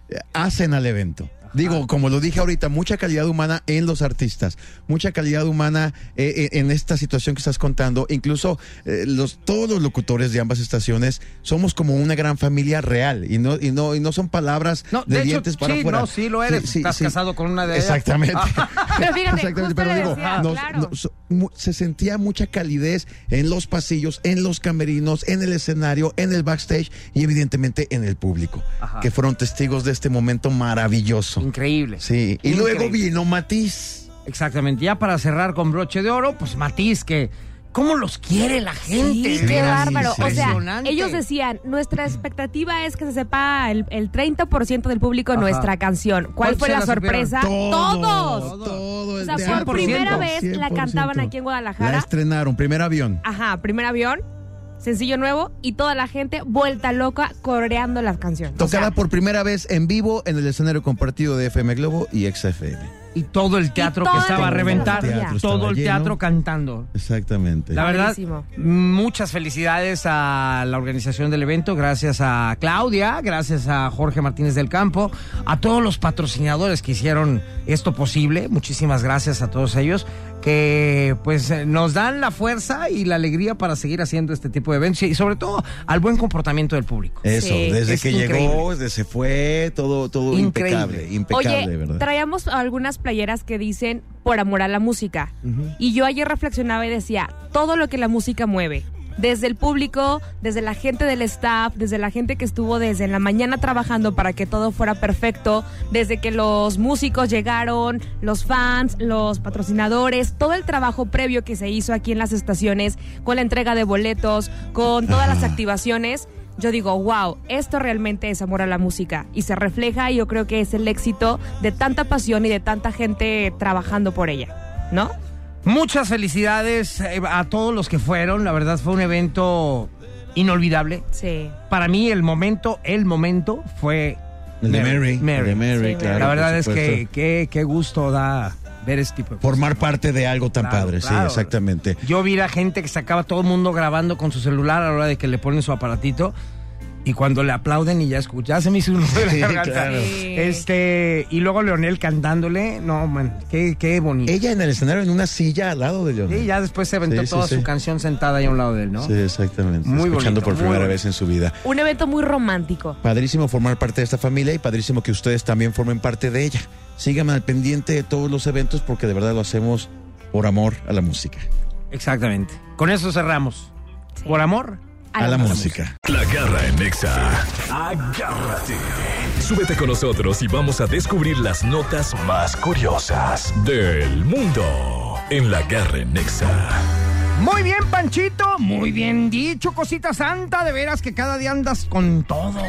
[SPEAKER 5] eh, hacen al evento. Digo, como lo dije ahorita, mucha calidad humana en los artistas, mucha calidad humana eh, eh, en esta situación que estás contando. Incluso eh, los, todos los locutores de ambas estaciones somos como una gran familia real y no, y no, y no son palabras
[SPEAKER 2] No,
[SPEAKER 5] de,
[SPEAKER 2] de hecho,
[SPEAKER 5] dientes para
[SPEAKER 2] sí,
[SPEAKER 5] afuera.
[SPEAKER 2] no, sí lo eres. Estás casado con una de ellas.
[SPEAKER 5] Exactamente.
[SPEAKER 2] <laughs>
[SPEAKER 4] Pero fíjate,
[SPEAKER 5] Exactamente,
[SPEAKER 4] justo
[SPEAKER 5] pero
[SPEAKER 4] le
[SPEAKER 5] digo,
[SPEAKER 4] decía,
[SPEAKER 5] nos-
[SPEAKER 4] claro.
[SPEAKER 5] nos- so- mu- se sentía mucha calidez en los pasillos, en los camerinos, en el escenario, en el backstage y evidentemente en el público,
[SPEAKER 2] Ajá.
[SPEAKER 5] que fueron testigos de este momento maravilloso.
[SPEAKER 2] Increíble.
[SPEAKER 5] Sí, y luego
[SPEAKER 2] Increíble.
[SPEAKER 5] vino Matiz.
[SPEAKER 2] Exactamente. Ya para cerrar con broche de oro, pues Matiz, que cómo los quiere la gente.
[SPEAKER 4] Sí,
[SPEAKER 5] Sí,
[SPEAKER 4] qué bárbaro.
[SPEAKER 5] sí,
[SPEAKER 4] O sea,
[SPEAKER 2] impresionante.
[SPEAKER 4] ellos decían, nuestra expectativa es que se sepa el, el 30% del público
[SPEAKER 2] Ajá.
[SPEAKER 4] nuestra canción.
[SPEAKER 2] ¿Cuál
[SPEAKER 4] ¿Cuál fue
[SPEAKER 2] se
[SPEAKER 4] la
[SPEAKER 2] la
[SPEAKER 4] sorpresa?
[SPEAKER 5] Todo,
[SPEAKER 4] Todos.
[SPEAKER 5] todo
[SPEAKER 4] O
[SPEAKER 5] el
[SPEAKER 4] sea, por
[SPEAKER 5] teatro,
[SPEAKER 4] primera
[SPEAKER 5] 100%,
[SPEAKER 4] vez la cantaban aquí en
[SPEAKER 5] La
[SPEAKER 4] Guadalajara. Ah,
[SPEAKER 5] estrenaron, primer avión.
[SPEAKER 4] Ajá, primer avión, sencillo nuevo y toda la gente vuelta loca coreando las canciones. O sea,
[SPEAKER 5] Tocada por primera vez en vivo en el escenario compartido de FM Globo y XFM.
[SPEAKER 2] Y todo el teatro
[SPEAKER 4] todo
[SPEAKER 2] que
[SPEAKER 4] el
[SPEAKER 2] estaba a
[SPEAKER 4] teatro
[SPEAKER 2] reventar,
[SPEAKER 4] estaba lleno.
[SPEAKER 2] todo el teatro
[SPEAKER 5] Lleno.
[SPEAKER 2] cantando.
[SPEAKER 5] Exactamente.
[SPEAKER 2] La verdad,
[SPEAKER 4] Padrísimo.
[SPEAKER 2] muchas felicidades a la organización del evento, gracias a Claudia, gracias a Jorge Martínez del Campo, a todos los patrocinadores que hicieron esto posible, muchísimas gracias a todos ellos, que pues eh, nos dan la fuerza y la alegría para seguir haciendo este tipo de eventos y sobre todo al buen comportamiento del público.
[SPEAKER 5] Eso,
[SPEAKER 4] Sí.
[SPEAKER 5] desde
[SPEAKER 2] Es
[SPEAKER 5] que llegó,
[SPEAKER 2] increíble.
[SPEAKER 5] desde se fue, todo, todo
[SPEAKER 2] Increíble.
[SPEAKER 5] impecable, impecable,
[SPEAKER 4] Oye,
[SPEAKER 5] ¿verdad?
[SPEAKER 4] traíamos algunas playeras que dicen por amor a la música. Y yo ayer reflexionaba y decía, todo lo que la música mueve, desde el público, desde la gente del staff, desde la gente que estuvo desde la mañana trabajando para que todo fuera perfecto, desde que los músicos llegaron, los fans, los patrocinadores, todo el trabajo previo que se hizo aquí en las estaciones, con la entrega de boletos, con todas las
[SPEAKER 5] Ah.
[SPEAKER 4] activaciones. yo digo, wow, esto realmente es amor a la música y se refleja y yo creo que es el éxito de tanta pasión y de tanta gente trabajando por ella, ¿no?
[SPEAKER 2] Muchas felicidades eh, a todos los que fueron. La verdad fue un evento inolvidable.
[SPEAKER 4] Sí.
[SPEAKER 2] Para mí el momento, el momento fue
[SPEAKER 5] El de Mary. El de Mary,
[SPEAKER 4] Sí,
[SPEAKER 5] claro.
[SPEAKER 2] la verdad
[SPEAKER 5] por
[SPEAKER 2] es que
[SPEAKER 5] supuesto.
[SPEAKER 2] qué qué gusto da ver este tipo de cosas.
[SPEAKER 5] Formar parte de algo tan
[SPEAKER 2] Claro,
[SPEAKER 5] padre,
[SPEAKER 2] claro.
[SPEAKER 5] sí, exactamente.
[SPEAKER 2] Yo vi la gente que sacaba todo el mundo grabando con su celular a la hora de que le ponen su aparatito. Y cuando le aplauden y ya escucha, ya se me hizo un nudo en la
[SPEAKER 5] Sí,
[SPEAKER 2] garganta.
[SPEAKER 5] claro.
[SPEAKER 4] Sí.
[SPEAKER 2] Este, y luego Leonel cantándole. No, man, qué, qué bonito.
[SPEAKER 5] Ella en el escenario en una silla al lado de Leonel.
[SPEAKER 2] Y ya después se aventó
[SPEAKER 5] Sí, sí,
[SPEAKER 2] toda
[SPEAKER 5] sí.
[SPEAKER 2] su canción sentada ahí a un lado de él, ¿no?
[SPEAKER 5] Sí, exactamente.
[SPEAKER 2] Muy
[SPEAKER 5] Escuchando
[SPEAKER 2] bonito,
[SPEAKER 5] por
[SPEAKER 2] muy
[SPEAKER 5] primera
[SPEAKER 2] bonito.
[SPEAKER 5] vez en su vida.
[SPEAKER 4] Un evento muy romántico.
[SPEAKER 5] Padrísimo formar parte de esta familia y padrísimo que ustedes también formen parte de ella. Síganme al pendiente de todos los eventos porque de verdad lo hacemos por amor a la música.
[SPEAKER 2] Exactamente. Con eso cerramos.
[SPEAKER 4] Sí.
[SPEAKER 2] Por amor.
[SPEAKER 5] A, la, música.
[SPEAKER 1] La garra en Nexa. Agárrate. Súbete con nosotros y vamos a descubrir las notas más curiosas del mundo en la garra en Nexa.
[SPEAKER 2] Muy bien, Panchito. Muy bien dicho, cosita santa. De veras que cada día andas con
[SPEAKER 4] <laughs>
[SPEAKER 2] todo.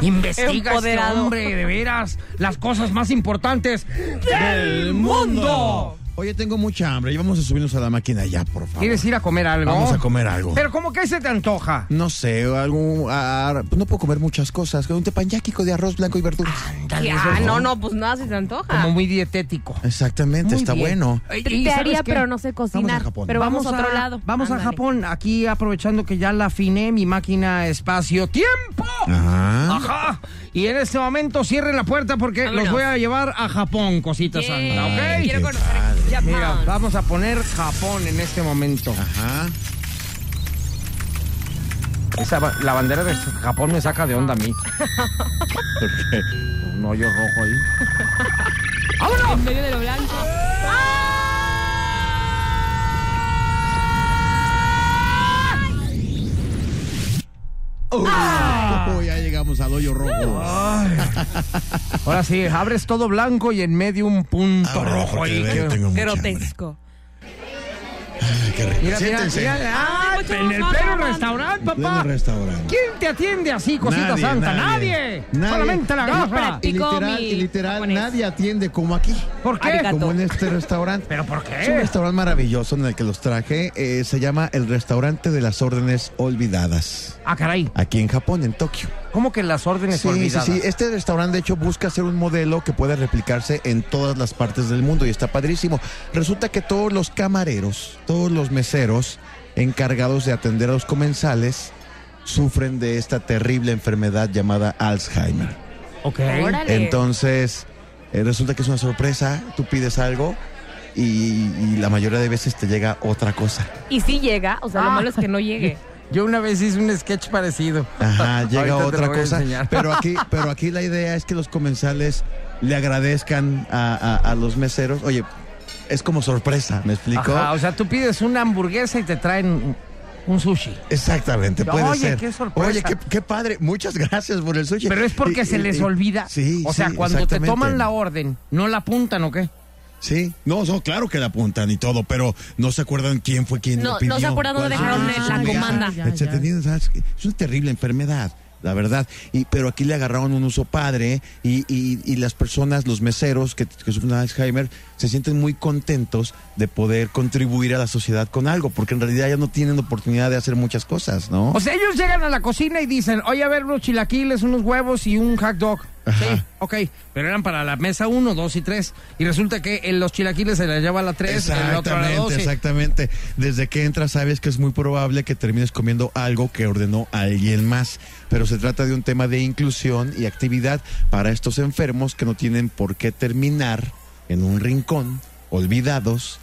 [SPEAKER 2] Investiga este
[SPEAKER 4] Empoderado.
[SPEAKER 2] hombre, de veras. Las cosas más importantes del mundo.
[SPEAKER 5] Oye, tengo mucha hambre y vamos a subirnos a la máquina ya, por favor.
[SPEAKER 2] ¿Quieres ir a comer algo?
[SPEAKER 5] Vamos a comer algo.
[SPEAKER 2] Pero ¿cómo que se te antoja?
[SPEAKER 5] No sé, algún... ah, pues no puedo comer muchas cosas. Un teppanyaki de arroz blanco y verduras.
[SPEAKER 2] Dale, eso
[SPEAKER 4] ah,
[SPEAKER 2] es
[SPEAKER 4] no, no, pues nada, si te antoja.
[SPEAKER 2] Como muy dietético.
[SPEAKER 5] Exactamente, Este
[SPEAKER 4] Muy
[SPEAKER 5] está
[SPEAKER 4] bien.
[SPEAKER 5] bueno.
[SPEAKER 2] Y-
[SPEAKER 4] Te-
[SPEAKER 2] y
[SPEAKER 4] te
[SPEAKER 2] ¿sabes
[SPEAKER 4] haría,
[SPEAKER 2] qué?
[SPEAKER 4] pero no sé cocinar.
[SPEAKER 5] Vamos a Japón.
[SPEAKER 4] Pero vamos, a otro lado.
[SPEAKER 2] Vamos a
[SPEAKER 4] Ándale.
[SPEAKER 2] Japón. Aquí aprovechando que ya la afiné mi máquina espacio-tiempo.
[SPEAKER 5] Ajá.
[SPEAKER 2] Ajá. Y en este momento cierren la puerta porque
[SPEAKER 4] Vámonos.
[SPEAKER 2] los voy a llevar a Japón, cosita
[SPEAKER 4] Yay.
[SPEAKER 2] santa, ¿ok?
[SPEAKER 5] Ay,
[SPEAKER 4] Quiero
[SPEAKER 5] qué
[SPEAKER 4] conocer
[SPEAKER 5] padre.
[SPEAKER 4] Japón. Ah.
[SPEAKER 2] Mira, vamos a poner Japón en este momento.
[SPEAKER 5] Ajá.
[SPEAKER 2] Esa ba- la bandera de Japón me saca de onda a
[SPEAKER 4] <laughs>
[SPEAKER 2] mí. Un hoyo rojo ahí. ¡Vámonos!
[SPEAKER 4] En medio de lo blanco.
[SPEAKER 5] Uy,
[SPEAKER 2] Ah.
[SPEAKER 5] ya llegamos al hoyo rojo. Ah,
[SPEAKER 2] Ahora sí, abres todo blanco y en medio un punto
[SPEAKER 5] Ahora,
[SPEAKER 2] rojo
[SPEAKER 5] porque
[SPEAKER 2] ahí.
[SPEAKER 5] veo
[SPEAKER 2] que-
[SPEAKER 5] que tengo mucha
[SPEAKER 4] Grotesco.
[SPEAKER 5] hambre. Qué rico.
[SPEAKER 2] Mira, mira,
[SPEAKER 5] Siéntense.
[SPEAKER 2] mira. Ah,
[SPEAKER 4] mucho
[SPEAKER 2] en el
[SPEAKER 4] más
[SPEAKER 2] pleno
[SPEAKER 4] barato.
[SPEAKER 2] restaurante,
[SPEAKER 5] En pleno
[SPEAKER 2] papá.
[SPEAKER 5] restaurante.
[SPEAKER 2] ¿Quién te atiende así, cosita
[SPEAKER 5] Nadie,
[SPEAKER 2] santa?
[SPEAKER 5] nadie.
[SPEAKER 2] Nadie.
[SPEAKER 5] Nadie.
[SPEAKER 2] Solamente la
[SPEAKER 4] Deja
[SPEAKER 2] garra.
[SPEAKER 4] practicar.
[SPEAKER 5] Y literal,
[SPEAKER 4] Picomi,
[SPEAKER 5] y literal,
[SPEAKER 4] japonés.
[SPEAKER 5] nadie atiende como aquí.
[SPEAKER 2] ¿Por qué?
[SPEAKER 4] Arigato.
[SPEAKER 5] Como en este restaurante.
[SPEAKER 2] ¿Pero por
[SPEAKER 5] Es un
[SPEAKER 2] qué?
[SPEAKER 5] restaurante maravilloso en el que los traje. eh, se llama el Restaurante de las Órdenes Olvidadas.
[SPEAKER 2] Ah, caray.
[SPEAKER 5] Aquí en Japón, en Tokio.
[SPEAKER 2] ¿Cómo que las órdenes
[SPEAKER 5] Sí,
[SPEAKER 2] olvidadas?
[SPEAKER 5] sí, sí. Este restaurante, de hecho, busca ser un modelo que pueda replicarse en todas las partes del mundo y está padrísimo. Resulta que todos los camareros, todos los meseros encargados de atender a los comensales sufren de esta terrible enfermedad llamada Alzheimer.
[SPEAKER 2] Ok.
[SPEAKER 4] Órale.
[SPEAKER 5] Entonces, eh, resulta que es una sorpresa. Tú pides algo y, y la mayoría de veces te llega otra cosa.
[SPEAKER 4] Y si llega, o sea, lo
[SPEAKER 2] Ah.
[SPEAKER 4] malo es que no llegue.
[SPEAKER 2] Yo una vez hice un sketch parecido. <laughs>
[SPEAKER 5] Ajá,
[SPEAKER 2] Ahorita
[SPEAKER 5] llega
[SPEAKER 2] te
[SPEAKER 5] otra
[SPEAKER 2] lo voy a
[SPEAKER 5] cosa.
[SPEAKER 2] enseñar. <laughs>
[SPEAKER 5] Pero aquí, pero aquí la idea es que los comensales le agradezcan a, a- a los meseros. Oye, es como sorpresa, ¿me explico?
[SPEAKER 2] Ajá, o sea, tú pides una hamburguesa y te traen un- un sushi.
[SPEAKER 5] Exactamente, puede
[SPEAKER 2] Oye,
[SPEAKER 5] ser.
[SPEAKER 2] qué sorpresa.
[SPEAKER 5] Oye, qué, qué padre. Muchas <laughs> gracias por el sushi.
[SPEAKER 2] Pero es porque
[SPEAKER 5] Y-
[SPEAKER 2] se
[SPEAKER 5] y-
[SPEAKER 2] les
[SPEAKER 5] y-
[SPEAKER 2] olvida.
[SPEAKER 5] Sí,
[SPEAKER 2] O sea,
[SPEAKER 5] sí,
[SPEAKER 2] cuando te
[SPEAKER 5] exactamente.
[SPEAKER 2] toman la orden, ¿no la apuntan o qué?
[SPEAKER 5] Sí, no, no, claro que la apuntan y todo, pero no se acuerdan quién fue quien
[SPEAKER 4] No,
[SPEAKER 5] lo pidió.
[SPEAKER 4] no se acuerdan dónde
[SPEAKER 5] cuál
[SPEAKER 4] dejaron
[SPEAKER 5] fue
[SPEAKER 4] la
[SPEAKER 5] su viaje,
[SPEAKER 4] comanda.
[SPEAKER 5] etcétera. Tienen, ¿sabes? Es una terrible enfermedad, la verdad. Y, pero aquí le agarraron un uso padre y, y- y las personas, los meseros que, que sufren Alzheimer, se sienten muy contentos de poder contribuir a la sociedad con algo, porque en realidad ya no tienen oportunidad de hacer muchas cosas, ¿no?
[SPEAKER 2] O sea, ellos llegan a la cocina y dicen, oye, a ver, unos chilaquiles, unos huevos y un hot dog. Sí, ok. Pero eran para la mesa 1, 2 y 3. Y resulta que en los chilaquiles se les lleva a la 3, el otro a la
[SPEAKER 5] Exactamente,
[SPEAKER 2] 2.
[SPEAKER 5] exactamente. Desde que entras sabes que es muy probable que termines comiendo algo que ordenó alguien más. Pero se trata de un tema de inclusión y actividad para estos enfermos que no tienen por qué terminar en un rincón, olvidados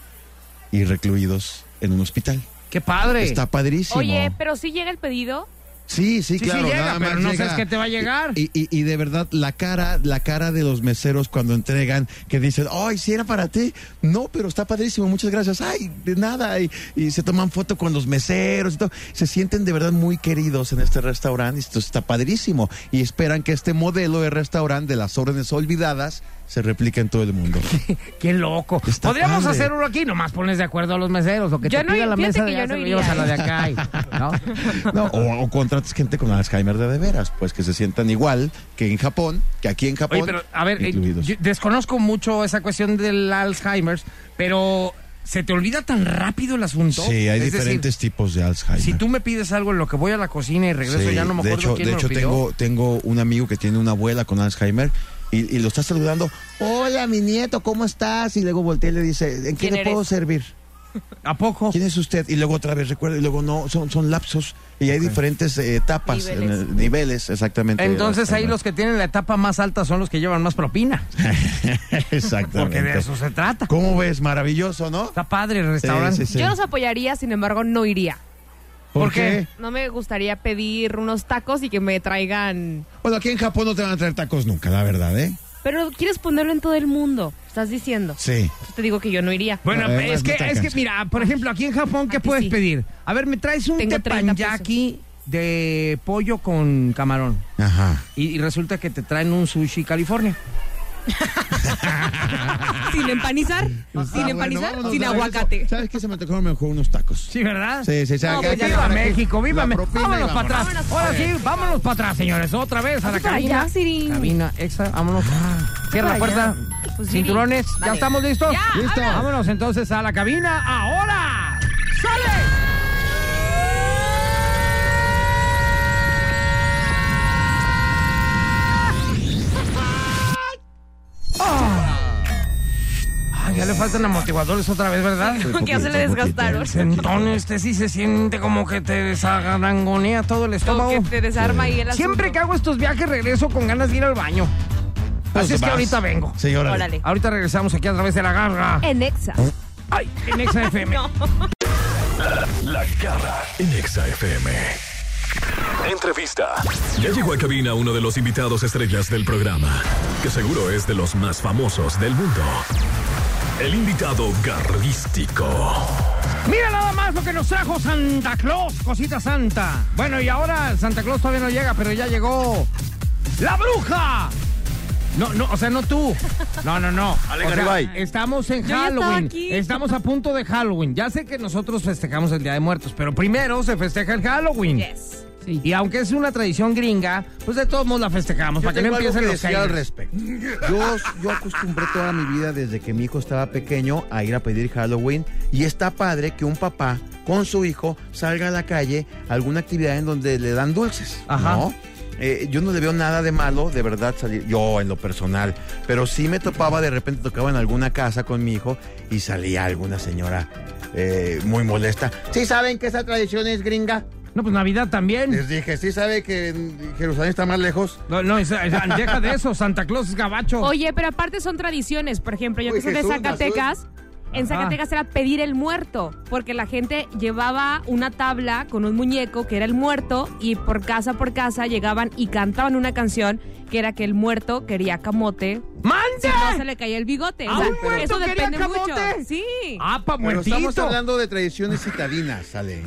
[SPEAKER 5] y recluidos en un hospital.
[SPEAKER 2] ¡Qué padre!
[SPEAKER 5] Está padrísimo.
[SPEAKER 4] Oye, pero si llega el pedido,
[SPEAKER 5] Sí, sí,
[SPEAKER 2] Sí, sí
[SPEAKER 5] claro.
[SPEAKER 2] llega,
[SPEAKER 5] nada
[SPEAKER 2] pero
[SPEAKER 5] más
[SPEAKER 2] no
[SPEAKER 5] llega.
[SPEAKER 2] sabes qué te va a llegar.
[SPEAKER 5] Y, y- y de verdad, la cara, la cara de los meseros cuando entregan, que dicen, ay, si era para ti. No, pero está padrísimo, muchas gracias. Ay, de nada. Y, y se toman foto con los meseros y todo. Se sienten de verdad muy queridos en este restaurante. y Esto está padrísimo. Y esperan que este modelo de restaurante de las órdenes olvidadas se replica en todo
[SPEAKER 2] <laughs>
[SPEAKER 5] el mundo.
[SPEAKER 2] Qué loco.
[SPEAKER 5] Está
[SPEAKER 2] Podríamos
[SPEAKER 5] padre.
[SPEAKER 2] hacer uno aquí, nomás pones de acuerdo a los meseros o que
[SPEAKER 4] Yo
[SPEAKER 2] te
[SPEAKER 4] no-
[SPEAKER 2] pida la
[SPEAKER 4] fíjate
[SPEAKER 2] mesa
[SPEAKER 4] que
[SPEAKER 2] de
[SPEAKER 4] yo
[SPEAKER 2] allá,
[SPEAKER 4] no
[SPEAKER 2] se lo
[SPEAKER 4] iría.
[SPEAKER 2] llevas a la de acá. y- ¿no?
[SPEAKER 5] <laughs> No, o, o contratas gente con Alzheimer de, de veras, pues que se sientan igual que en Japón, que aquí en Japón.
[SPEAKER 2] Oye, pero a ver, eh,
[SPEAKER 5] incluidos.
[SPEAKER 2] yo desconozco mucho esa cuestión del Alzheimer, pero ¿se te olvida tan rápido el asunto?
[SPEAKER 5] sí, hay
[SPEAKER 2] Es decir,
[SPEAKER 5] diferentes tipos de Alzheimer.
[SPEAKER 2] si tú me pides algo en lo que voy a la cocina y regreso,
[SPEAKER 5] Sí,
[SPEAKER 2] ya no me
[SPEAKER 5] de
[SPEAKER 2] acuerdo
[SPEAKER 5] hecho,
[SPEAKER 2] quién
[SPEAKER 5] de
[SPEAKER 2] me
[SPEAKER 5] hecho
[SPEAKER 2] lo pidió.
[SPEAKER 5] tengo, tengo un amigo que tiene una abuela con Alzheimer y, y lo está saludando. Hola, mi nieto, ¿cómo estás? Y luego voltea y le dice, ¿en qué
[SPEAKER 4] ¿Quién
[SPEAKER 5] le puedo
[SPEAKER 4] eres?
[SPEAKER 5] servir?
[SPEAKER 2] ¿A poco?
[SPEAKER 5] ¿Quién es usted? Y luego otra vez recuerda, y luego no, son, son lapsos y hay diferentes eh, etapas, en el- niveles.
[SPEAKER 4] Niveles.
[SPEAKER 5] exactamente.
[SPEAKER 2] Entonces ahí
[SPEAKER 5] Alzheimer.
[SPEAKER 2] los que tienen la etapa más alta son los que llevan más propina,
[SPEAKER 5] <laughs> Exactamente.
[SPEAKER 2] porque de eso se trata.
[SPEAKER 5] ¿Cómo ves? Maravilloso, ¿no?
[SPEAKER 2] Está padre el restaurante.
[SPEAKER 5] Sí, sí, sí.
[SPEAKER 4] Yo los apoyaría, sin embargo, no iría.
[SPEAKER 2] ¿Por qué?
[SPEAKER 4] No me gustaría pedir unos tacos y que me traigan.
[SPEAKER 5] Bueno, aquí en Japón no te van a traer tacos nunca, la verdad, ¿eh?
[SPEAKER 4] Pero quieres ponerlo en todo el mundo, estás diciendo.
[SPEAKER 5] Sí.
[SPEAKER 4] Entonces te digo que yo no iría.
[SPEAKER 2] Bueno,
[SPEAKER 5] Además,
[SPEAKER 2] es que,
[SPEAKER 5] no te
[SPEAKER 2] es que
[SPEAKER 5] alcanza.
[SPEAKER 2] mira, por ejemplo, aquí en Japón, ¿qué
[SPEAKER 4] Aquí
[SPEAKER 2] puedes
[SPEAKER 4] Ah, sí.
[SPEAKER 2] pedir? A ver, me traes un
[SPEAKER 4] Tengo 30
[SPEAKER 2] teppanyaki de pollo con camarón.
[SPEAKER 5] Ajá.
[SPEAKER 2] Y, y resulta que te traen un sushi California.
[SPEAKER 4] Sin empanizar, sin
[SPEAKER 5] Ah,
[SPEAKER 4] empanizar,
[SPEAKER 5] bueno,
[SPEAKER 4] sin
[SPEAKER 5] vámonos, ¿sabes
[SPEAKER 4] aguacate.
[SPEAKER 5] eso? ¿Sabes qué? Se me antojaron mejor unos tacos.
[SPEAKER 2] Sí, ¿verdad?
[SPEAKER 5] Sí, sí, sí.
[SPEAKER 4] No,
[SPEAKER 5] acá-
[SPEAKER 4] pues ya
[SPEAKER 5] acá-
[SPEAKER 2] Viva
[SPEAKER 5] acá-
[SPEAKER 2] México, viva
[SPEAKER 5] la
[SPEAKER 2] México.
[SPEAKER 5] propina y
[SPEAKER 2] Vámonos para
[SPEAKER 5] vámonos.
[SPEAKER 2] atrás.
[SPEAKER 4] Vámonos.
[SPEAKER 2] Ahora sí, vámonos para atrás, señores. Otra vez a la
[SPEAKER 4] para
[SPEAKER 2] cabina.
[SPEAKER 4] allá, Siri.
[SPEAKER 2] Cabina extra, vámonos. Cierra la
[SPEAKER 4] para
[SPEAKER 2] puerta.
[SPEAKER 4] allá. Ah. Pues, Siri.
[SPEAKER 2] Cinturones. ¿Ya
[SPEAKER 4] Vale.
[SPEAKER 2] estamos listos?
[SPEAKER 4] Ya,
[SPEAKER 5] Listo. habla.
[SPEAKER 2] Vámonos entonces a la cabina ahora. ¡Sale! Ah, ya le faltan amortiguadores otra vez, ¿verdad?
[SPEAKER 4] Como <laughs> que ya se le desgastaron.
[SPEAKER 2] Entonces usted sí se siente como que te desagarangonea todo el
[SPEAKER 4] Como
[SPEAKER 2] estómago.
[SPEAKER 4] que te desarma ahí el
[SPEAKER 2] Siempre que
[SPEAKER 4] asunto.
[SPEAKER 2] hago estos viajes regreso con ganas de ir al baño.
[SPEAKER 5] Pues
[SPEAKER 2] Así es que
[SPEAKER 5] vas.
[SPEAKER 2] ahorita vengo.
[SPEAKER 5] Sí, órale.
[SPEAKER 4] Órale.
[SPEAKER 2] Ahorita regresamos aquí a través de la garra.
[SPEAKER 4] En Exa.
[SPEAKER 2] Ay,
[SPEAKER 4] <laughs>
[SPEAKER 2] en Exa FM.
[SPEAKER 1] La garra en Exa FM. Entrevista. Ya llegó a cabina uno de los invitados estrellas del programa, que seguro es de los más famosos del mundo. El invitado garrístico.
[SPEAKER 2] Mira nada más lo que nos trajo Santa Claus, cosita santa. Bueno, y ahora Santa Claus todavía no llega, pero ya llegó la bruja. No, no, o sea, no tú. No, no,
[SPEAKER 5] <laughs>
[SPEAKER 2] no.
[SPEAKER 5] Ale
[SPEAKER 2] O sea,
[SPEAKER 5] Garibay.
[SPEAKER 2] estamos en
[SPEAKER 4] Yo ya estaba
[SPEAKER 2] Halloween.
[SPEAKER 4] aquí.
[SPEAKER 2] Estamos a punto de Halloween. Ya sé que nosotros festejamos el Día de Muertos, pero primero se festeja el Halloween.
[SPEAKER 4] Yes.
[SPEAKER 2] Y aunque es una tradición gringa, pues de todos modos la festejamos.
[SPEAKER 5] Yo
[SPEAKER 2] para que no
[SPEAKER 5] tengo algo
[SPEAKER 2] empiecen
[SPEAKER 5] que
[SPEAKER 2] los
[SPEAKER 5] decir al
[SPEAKER 2] haters.
[SPEAKER 5] respecto. Yo, <laughs> yo acostumbré toda mi vida desde que mi hijo estaba pequeño a ir a pedir Halloween y está padre que un papá con su hijo salga a la calle a alguna actividad en donde le dan dulces.
[SPEAKER 2] Ajá.
[SPEAKER 5] ¿no? Eh, yo no le veo nada de malo, de verdad, salir, yo en lo personal, pero sí me topaba, de repente tocaba en alguna casa con mi hijo y salía alguna señora eh, muy molesta. ¿Sí saben que esa tradición es gringa?
[SPEAKER 2] No, pues Navidad también.
[SPEAKER 5] Les dije, ¿sí sabe que en Jerusalén está más lejos?
[SPEAKER 2] No, no, es- es- deja de eso. Santa Claus es gabacho.
[SPEAKER 4] Oye, pero aparte son tradiciones. Por ejemplo, yo
[SPEAKER 5] Uy,
[SPEAKER 4] que soy de
[SPEAKER 5] Jesús,
[SPEAKER 4] Zacatecas, en
[SPEAKER 2] Ajá.
[SPEAKER 4] Zacatecas era pedir el muerto, porque la gente llevaba una tabla con un muñeco que era el muerto y por casa por casa llegaban y cantaban una canción que era que el muerto quería camote. Si
[SPEAKER 2] ¡Mande!
[SPEAKER 4] no se le caía el bigote.
[SPEAKER 2] ¿A Ah, un muerto
[SPEAKER 4] eso
[SPEAKER 2] quería
[SPEAKER 4] depende mucho.
[SPEAKER 2] camote?
[SPEAKER 4] Sí.
[SPEAKER 2] ¡Ah, pa'
[SPEAKER 5] Pero
[SPEAKER 2] muertito!
[SPEAKER 5] estamos hablando de tradiciones citadinas, sale.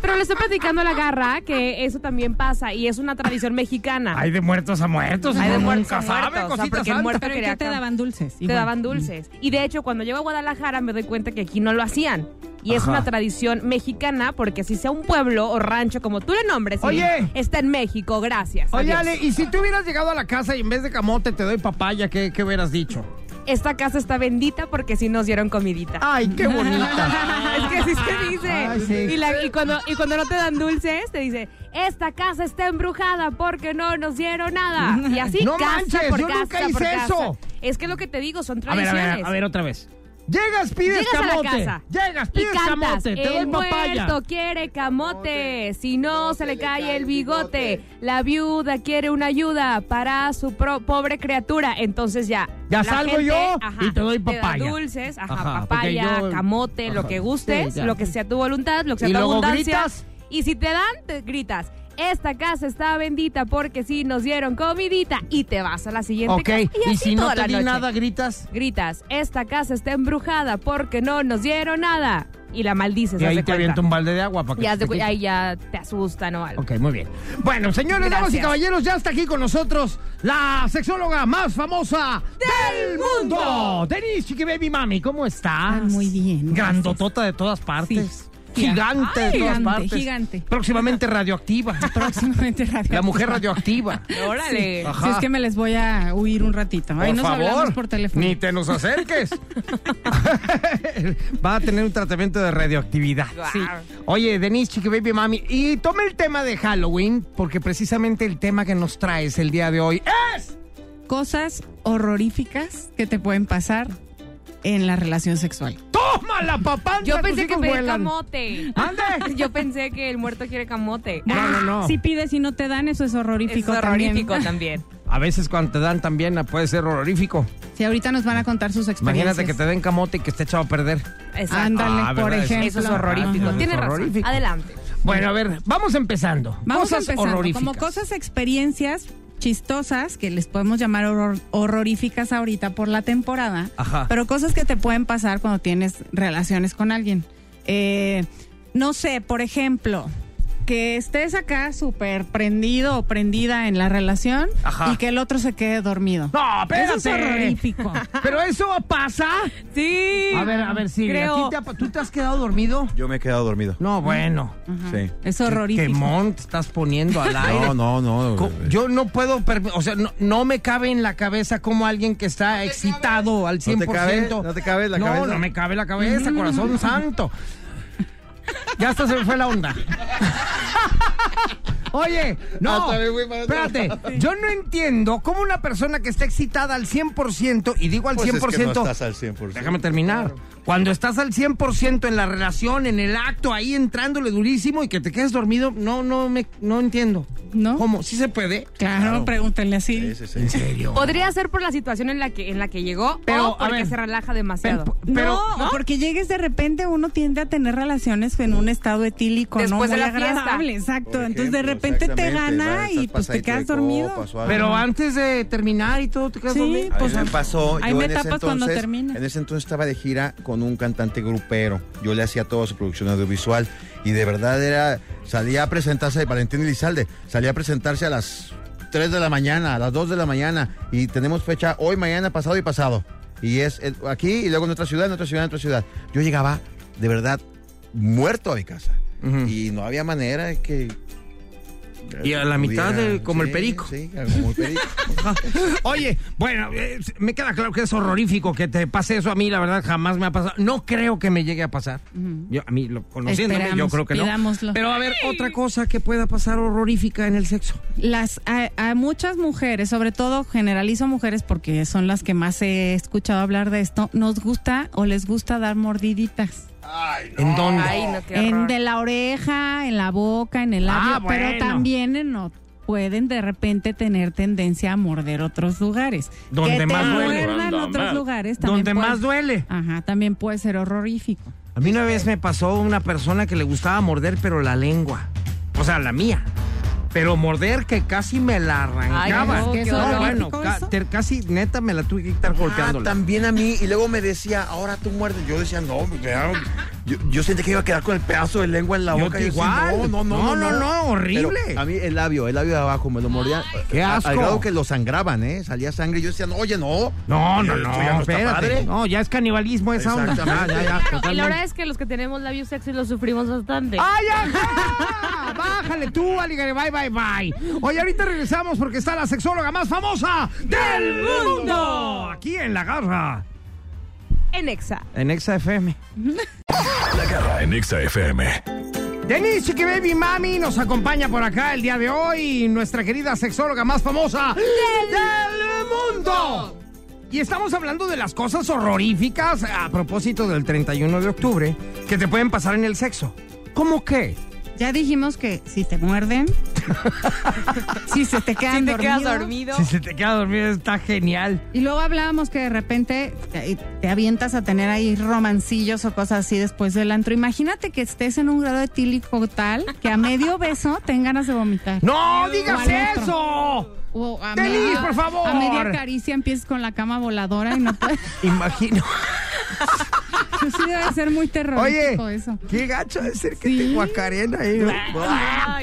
[SPEAKER 4] Pero le estoy platicando a la garra que eso también pasa y es una tradición mexicana.
[SPEAKER 2] Hay de muertos a muertos.
[SPEAKER 4] Hay de
[SPEAKER 2] uno
[SPEAKER 4] muertos
[SPEAKER 2] nunca
[SPEAKER 4] a
[SPEAKER 2] sabe,
[SPEAKER 4] muertos, o sea,
[SPEAKER 2] cosita
[SPEAKER 4] porque el
[SPEAKER 2] santa.
[SPEAKER 4] muerto
[SPEAKER 2] Pero
[SPEAKER 4] quería
[SPEAKER 2] ¿qué te
[SPEAKER 4] acá?
[SPEAKER 2] daban?
[SPEAKER 11] dulces.
[SPEAKER 4] te daban dulces. Y de hecho, cuando llego a Guadalajara me doy cuenta que aquí no lo hacían. Y es
[SPEAKER 2] Ajá.
[SPEAKER 4] una tradición mexicana porque si sea un pueblo o rancho, como tú le nombres, Siri,
[SPEAKER 2] Oye.
[SPEAKER 4] está en México, gracias.
[SPEAKER 2] Oye,
[SPEAKER 4] Adiós.
[SPEAKER 2] Ale, y si tú hubieras llegado a la casa y en vez de camote te doy papaya, ¿qué, qué hubieras dicho?
[SPEAKER 4] Esta casa está bendita porque sí nos dieron comidita.
[SPEAKER 2] ¡Ay,
[SPEAKER 4] <laughs>
[SPEAKER 2] qué bonita!
[SPEAKER 4] Es que así se dice.
[SPEAKER 2] Ay, sí.
[SPEAKER 4] y, la- y cuando, y cuando no te dan dulces, te dice, esta casa está embrujada porque no nos dieron nada. Y así
[SPEAKER 2] No
[SPEAKER 4] casa
[SPEAKER 2] manches,
[SPEAKER 4] por
[SPEAKER 2] yo
[SPEAKER 4] casa
[SPEAKER 2] nunca
[SPEAKER 4] por
[SPEAKER 2] hice
[SPEAKER 4] casa.
[SPEAKER 2] eso.
[SPEAKER 4] Es que lo que te digo son
[SPEAKER 2] a ver,
[SPEAKER 4] tradiciones.
[SPEAKER 2] a ver, a ver, otra vez. Llegas, pides
[SPEAKER 4] Llegas
[SPEAKER 2] camote.
[SPEAKER 4] a la casa.
[SPEAKER 2] Llegas,
[SPEAKER 4] y
[SPEAKER 2] pides
[SPEAKER 4] cantas,
[SPEAKER 2] camote. Te doy
[SPEAKER 4] el
[SPEAKER 2] papaya.
[SPEAKER 4] muerto quiere camote, si no, se le cae el bigote. La viuda quiere una ayuda para su pro- pobre criatura. Entonces ya.
[SPEAKER 2] Ya
[SPEAKER 4] la
[SPEAKER 2] salgo yo y te doy
[SPEAKER 4] te da
[SPEAKER 2] papaya.
[SPEAKER 4] dulces, ajá,
[SPEAKER 2] Ajá, porque
[SPEAKER 4] papaya,
[SPEAKER 2] yo-
[SPEAKER 4] camote,
[SPEAKER 2] ajá,
[SPEAKER 4] lo que gustes,
[SPEAKER 2] sí, ya.
[SPEAKER 4] lo que sea tu voluntad, lo que
[SPEAKER 2] Y
[SPEAKER 4] sea tu
[SPEAKER 2] luego
[SPEAKER 4] abundancia.
[SPEAKER 2] gritas.
[SPEAKER 4] Y si te dan, te gritas. Esta casa está bendita porque sí nos dieron comidita y te vas a la siguiente
[SPEAKER 2] Ok,
[SPEAKER 4] casa.
[SPEAKER 2] y
[SPEAKER 4] así
[SPEAKER 2] si no
[SPEAKER 4] toda
[SPEAKER 2] te
[SPEAKER 4] la
[SPEAKER 2] di
[SPEAKER 4] noche. Pues
[SPEAKER 2] nada, gritas.
[SPEAKER 4] Gritas, esta casa está embrujada porque no nos dieron nada. Y la maldices.
[SPEAKER 2] Y
[SPEAKER 4] haz
[SPEAKER 2] ahí
[SPEAKER 4] de
[SPEAKER 2] te
[SPEAKER 4] cuenta.
[SPEAKER 2] avienta un balde de agua para que
[SPEAKER 4] Y
[SPEAKER 2] se
[SPEAKER 4] haz de
[SPEAKER 2] te <laughs>
[SPEAKER 4] cu-
[SPEAKER 2] quite.
[SPEAKER 4] ahí ya te asustan o algo.
[SPEAKER 2] Ok, muy bien. Bueno, señores, damas y
[SPEAKER 4] Gracias.
[SPEAKER 2] caballeros, ya está aquí con nosotros la sexóloga más famosa del mundo. Denise Chiqui Baby Mami, ¿cómo estás?
[SPEAKER 11] Ah, muy bien, gracias.
[SPEAKER 2] Grandotota de todas partes.
[SPEAKER 11] Sí.
[SPEAKER 2] Gigante de todas
[SPEAKER 11] Ay, gigante,
[SPEAKER 2] partes.
[SPEAKER 11] gigante.
[SPEAKER 2] Próximamente radioactiva.
[SPEAKER 11] <laughs> Próximamente radioactiva.
[SPEAKER 2] La mujer radioactiva.
[SPEAKER 11] Órale.
[SPEAKER 2] Ajá.
[SPEAKER 11] Si es que me les voy a huir un ratito. Ahí
[SPEAKER 2] por
[SPEAKER 11] nos hablamos
[SPEAKER 2] favor,
[SPEAKER 11] por teléfono.
[SPEAKER 2] ni te nos
[SPEAKER 11] <laughs>
[SPEAKER 2] acerques. Va a tener un tratamiento de radioactividad. Sí. Oye, Denise, Chiqui Baby Mami, y toma el tema de Halloween, porque precisamente el tema que nos traes el día de hoy ¡eh! es...
[SPEAKER 11] Cosas horroríficas que te pueden pasar en la relación sexual.
[SPEAKER 2] ¡Toma la papá!
[SPEAKER 4] Yo
[SPEAKER 2] tus
[SPEAKER 4] pensé que
[SPEAKER 2] hijos
[SPEAKER 4] pedía
[SPEAKER 2] pues vuelan!
[SPEAKER 4] camote.
[SPEAKER 2] ¡Ande!
[SPEAKER 4] <laughs> Yo pensé que el muerto quiere camote.
[SPEAKER 2] No, no, no.
[SPEAKER 11] Si pides y no te dan, eso es
[SPEAKER 4] es
[SPEAKER 11] horrorífico.
[SPEAKER 4] terrorífico
[SPEAKER 11] también.
[SPEAKER 4] también.
[SPEAKER 2] A veces cuando te dan también ah, puede ser horrorífico.
[SPEAKER 11] Sí, ahorita nos van a contar sus experiencias.
[SPEAKER 2] Imagínate que te den camote y que esté echado a perder.
[SPEAKER 4] Exacto.
[SPEAKER 11] Ándale,
[SPEAKER 2] Ah,
[SPEAKER 11] por
[SPEAKER 2] ¿verdad? Eso-
[SPEAKER 11] ejemplo.
[SPEAKER 4] Eso es horrorífico.
[SPEAKER 2] Ajá.
[SPEAKER 4] Tienes razón.
[SPEAKER 2] Horrorífico.
[SPEAKER 4] Adelante.
[SPEAKER 2] Bueno, a ver, vamos empezando.
[SPEAKER 11] Vamos
[SPEAKER 2] cosas
[SPEAKER 11] empezando,
[SPEAKER 2] horroríficas.
[SPEAKER 11] como cosas, experiencias chistosas que les podemos llamar horror- horroríficas ahorita por la temporada,
[SPEAKER 2] Ajá.
[SPEAKER 11] pero cosas que te pueden pasar cuando tienes relaciones con alguien. Eh, no sé, por ejemplo, que estés acá súper prendido o prendida en la relación
[SPEAKER 2] Ajá.
[SPEAKER 11] y que el otro se quede dormido.
[SPEAKER 2] No, espérate.
[SPEAKER 11] Eso es horrorífico.
[SPEAKER 2] <laughs> Pero eso pasa.
[SPEAKER 4] Sí.
[SPEAKER 2] A ver, a ver, sí.
[SPEAKER 4] Creo.
[SPEAKER 2] ¿Tú te has quedado dormido?
[SPEAKER 5] Yo me he quedado dormido.
[SPEAKER 2] No, bueno.
[SPEAKER 5] Sí.
[SPEAKER 11] es
[SPEAKER 2] ¿Qué
[SPEAKER 11] horrorífico.
[SPEAKER 2] mon te estás poniendo al aire?
[SPEAKER 5] No, no, no. Pues
[SPEAKER 2] Co- Yo no puedo, permi- o sea, no, no me cabe en la cabeza como alguien que está excitado al 100%.
[SPEAKER 5] ¿No te cabe? ¿No te cabe la
[SPEAKER 2] No,
[SPEAKER 5] cabeza? Mm.
[SPEAKER 2] no me cabe la cabeza, corazón santo. Ya hasta se me fue la onda. <laughs> Oye, no,
[SPEAKER 5] Hasta me fui para otro
[SPEAKER 2] espérate,
[SPEAKER 5] lado.
[SPEAKER 2] yo no entiendo cómo una persona que está excitada al 100%, y digo al
[SPEAKER 5] Pues
[SPEAKER 2] 100%,
[SPEAKER 5] es que no estás al 100%.
[SPEAKER 2] Déjame terminar. Cuando estás al 100% en la relación, en el acto, ahí entrándole durísimo y que te quedes dormido, no, no, me, no entiendo.
[SPEAKER 11] ¿No?
[SPEAKER 2] ¿Cómo? ¿Sí se puede?
[SPEAKER 11] Claro,
[SPEAKER 5] Claro.
[SPEAKER 11] pregúntenle
[SPEAKER 5] Sí,
[SPEAKER 11] así.
[SPEAKER 5] sí, sí.
[SPEAKER 2] ¿En serio?
[SPEAKER 4] Podría ser por la situación en la que, en la que llegó
[SPEAKER 2] Pero,
[SPEAKER 4] o
[SPEAKER 2] a
[SPEAKER 4] porque
[SPEAKER 2] ver,
[SPEAKER 4] se relaja demasiado.
[SPEAKER 2] pero-
[SPEAKER 11] no, porque llegues de repente uno tiende a tener relaciones en un estado etílico, no
[SPEAKER 4] Después de
[SPEAKER 11] muy
[SPEAKER 4] la fiesta.
[SPEAKER 11] agradable, exacto.
[SPEAKER 5] Por
[SPEAKER 11] Entonces de
[SPEAKER 5] ejemplo,
[SPEAKER 11] repente te
[SPEAKER 5] exactamente,
[SPEAKER 11] gana
[SPEAKER 5] ¿verdad?
[SPEAKER 11] y
[SPEAKER 5] Estás
[SPEAKER 11] pues te
[SPEAKER 5] pasadito de
[SPEAKER 11] quedas dormido.
[SPEAKER 5] copas o algo.
[SPEAKER 2] Pero antes de terminar y todo, ¿te quedas
[SPEAKER 11] Sí.
[SPEAKER 2] dormido?
[SPEAKER 5] A mí
[SPEAKER 11] pues,
[SPEAKER 5] me pasó,
[SPEAKER 11] hay
[SPEAKER 5] yo en
[SPEAKER 11] etapas
[SPEAKER 5] ese entonces,
[SPEAKER 11] cuando termina.
[SPEAKER 5] en ese entonces estaba de gira con un cantante grupero. Yo le hacía toda su producción audiovisual y de verdad era, salía a presentarse, Valentín Elizalde, salía a presentarse a las 3 de la mañana, a las 2 de la mañana y tenemos fecha hoy, mañana, pasado y pasado. Y es el- aquí y luego en otra ciudad, en otra ciudad, en otra ciudad. Yo llegaba de verdad muerto a mi casa
[SPEAKER 2] Ujú.
[SPEAKER 5] y no había manera de que...
[SPEAKER 2] Y a la mitad de- como el
[SPEAKER 5] Sí,
[SPEAKER 2] perico.
[SPEAKER 5] Sí, como el perico.
[SPEAKER 11] <laughs>
[SPEAKER 2] Oye, bueno, eh, me queda claro que es horrorífico que te pase eso a mí, la verdad jamás me ha pasado. No creo que me llegue a pasar. Yo, a mí, lo, conociéndome, yo
[SPEAKER 11] Esperamos,
[SPEAKER 2] creo que no.
[SPEAKER 11] pidámoslo.
[SPEAKER 2] Pero a ver, otra cosa que pueda pasar horrorífica en el sexo.
[SPEAKER 11] Las a, a muchas mujeres, sobre todo generalizo mujeres porque son las que más he escuchado hablar de esto, nos gusta o les gusta dar mordiditas.
[SPEAKER 2] ¿En dónde?
[SPEAKER 4] Ay, no, qué
[SPEAKER 11] En
[SPEAKER 4] horror.
[SPEAKER 11] de la oreja, en la boca, en el labio,
[SPEAKER 2] Ah, bueno.
[SPEAKER 11] pero también en o- pueden de repente tener tendencia a morder otros lugares.
[SPEAKER 2] Donde
[SPEAKER 11] que te
[SPEAKER 2] más duele.
[SPEAKER 11] muerdan otros lugares también
[SPEAKER 2] Donde
[SPEAKER 11] puede-
[SPEAKER 2] más duele.
[SPEAKER 11] Ajá, también puede ser horrorífico.
[SPEAKER 2] A mí una vez me pasó una persona que le gustaba morder, pero la lengua. O sea, la mía. Pero morder que casi me la arrancaba.
[SPEAKER 4] Ay, no, qué
[SPEAKER 2] no,
[SPEAKER 4] horror.
[SPEAKER 2] bueno, ca-
[SPEAKER 11] ¿Eso?
[SPEAKER 2] te- casi neta me la tuve que estar
[SPEAKER 5] Ah,
[SPEAKER 2] golpeándola.
[SPEAKER 5] también a mí. Y luego me decía, ahora tú muerdes. Yo decía, no, me quedaron- Yo, yo sentí que iba a quedar con el pedazo de lengua en la
[SPEAKER 2] Yo
[SPEAKER 5] boca. decía,
[SPEAKER 2] igual.
[SPEAKER 5] no, no, no,
[SPEAKER 2] No, no, no, horrible.
[SPEAKER 5] Pero a mí el labio, el labio de abajo, me lo mordía. eh,
[SPEAKER 2] qué
[SPEAKER 5] a-
[SPEAKER 2] asco.
[SPEAKER 5] Al grado que lo sangraban, ¿eh? Salía sangre. Yo decía, no, oye, no.
[SPEAKER 2] No, no,
[SPEAKER 5] Esto
[SPEAKER 2] no,
[SPEAKER 5] ya no está
[SPEAKER 2] espérate.
[SPEAKER 5] padre.
[SPEAKER 2] No, ya es canibalismo esa onda. Ah,
[SPEAKER 5] Exactamente.
[SPEAKER 2] Ya, ya, ya,
[SPEAKER 4] Y la
[SPEAKER 2] totalmente.
[SPEAKER 4] verdad es que los que tenemos labios sexy los sufrimos bastante.
[SPEAKER 11] Ah,
[SPEAKER 2] ¡Ay, ajá! Bájale tú, Aligare, bye, bye, bye. Oye, ahorita regresamos porque está la sexóloga más famosa del mundo. Aquí en La Garra.
[SPEAKER 4] En Exa.
[SPEAKER 2] En Exa FM.
[SPEAKER 1] La garra en Exa FM.
[SPEAKER 2] Denise Chiqui Baby Mami nos acompaña por acá el día de hoy, nuestra querida sexóloga más famosa del, mundo. Y estamos hablando de las cosas horroríficas a propósito del 31 de octubre que te pueden pasar en el sexo. ¿Cómo qué?
[SPEAKER 11] Ya dijimos que si te muerden, <laughs>
[SPEAKER 4] Si se te quedan
[SPEAKER 11] Si te
[SPEAKER 4] dormidos.
[SPEAKER 11] quedas dormido.
[SPEAKER 2] Si se te queda dormido, está genial.
[SPEAKER 4] Y luego hablábamos que de repente te, te avientas a tener ahí romancillos o cosas así después del antro. Imagínate que estés en un grado etílico tal que a medio beso te den ganas de vomitar.
[SPEAKER 2] ¡No
[SPEAKER 4] O
[SPEAKER 2] digas
[SPEAKER 4] al otro.
[SPEAKER 2] eso!
[SPEAKER 4] O a
[SPEAKER 2] ¡Delis,
[SPEAKER 4] media-
[SPEAKER 2] por favor!
[SPEAKER 4] A media caricia empiezas con la cama voladora y no puedes.
[SPEAKER 2] Imagino.
[SPEAKER 4] <laughs> sí debe ser muy
[SPEAKER 2] Oye,
[SPEAKER 4] terrorífico eso.
[SPEAKER 2] qué gacho de ser que te guacaren ahí.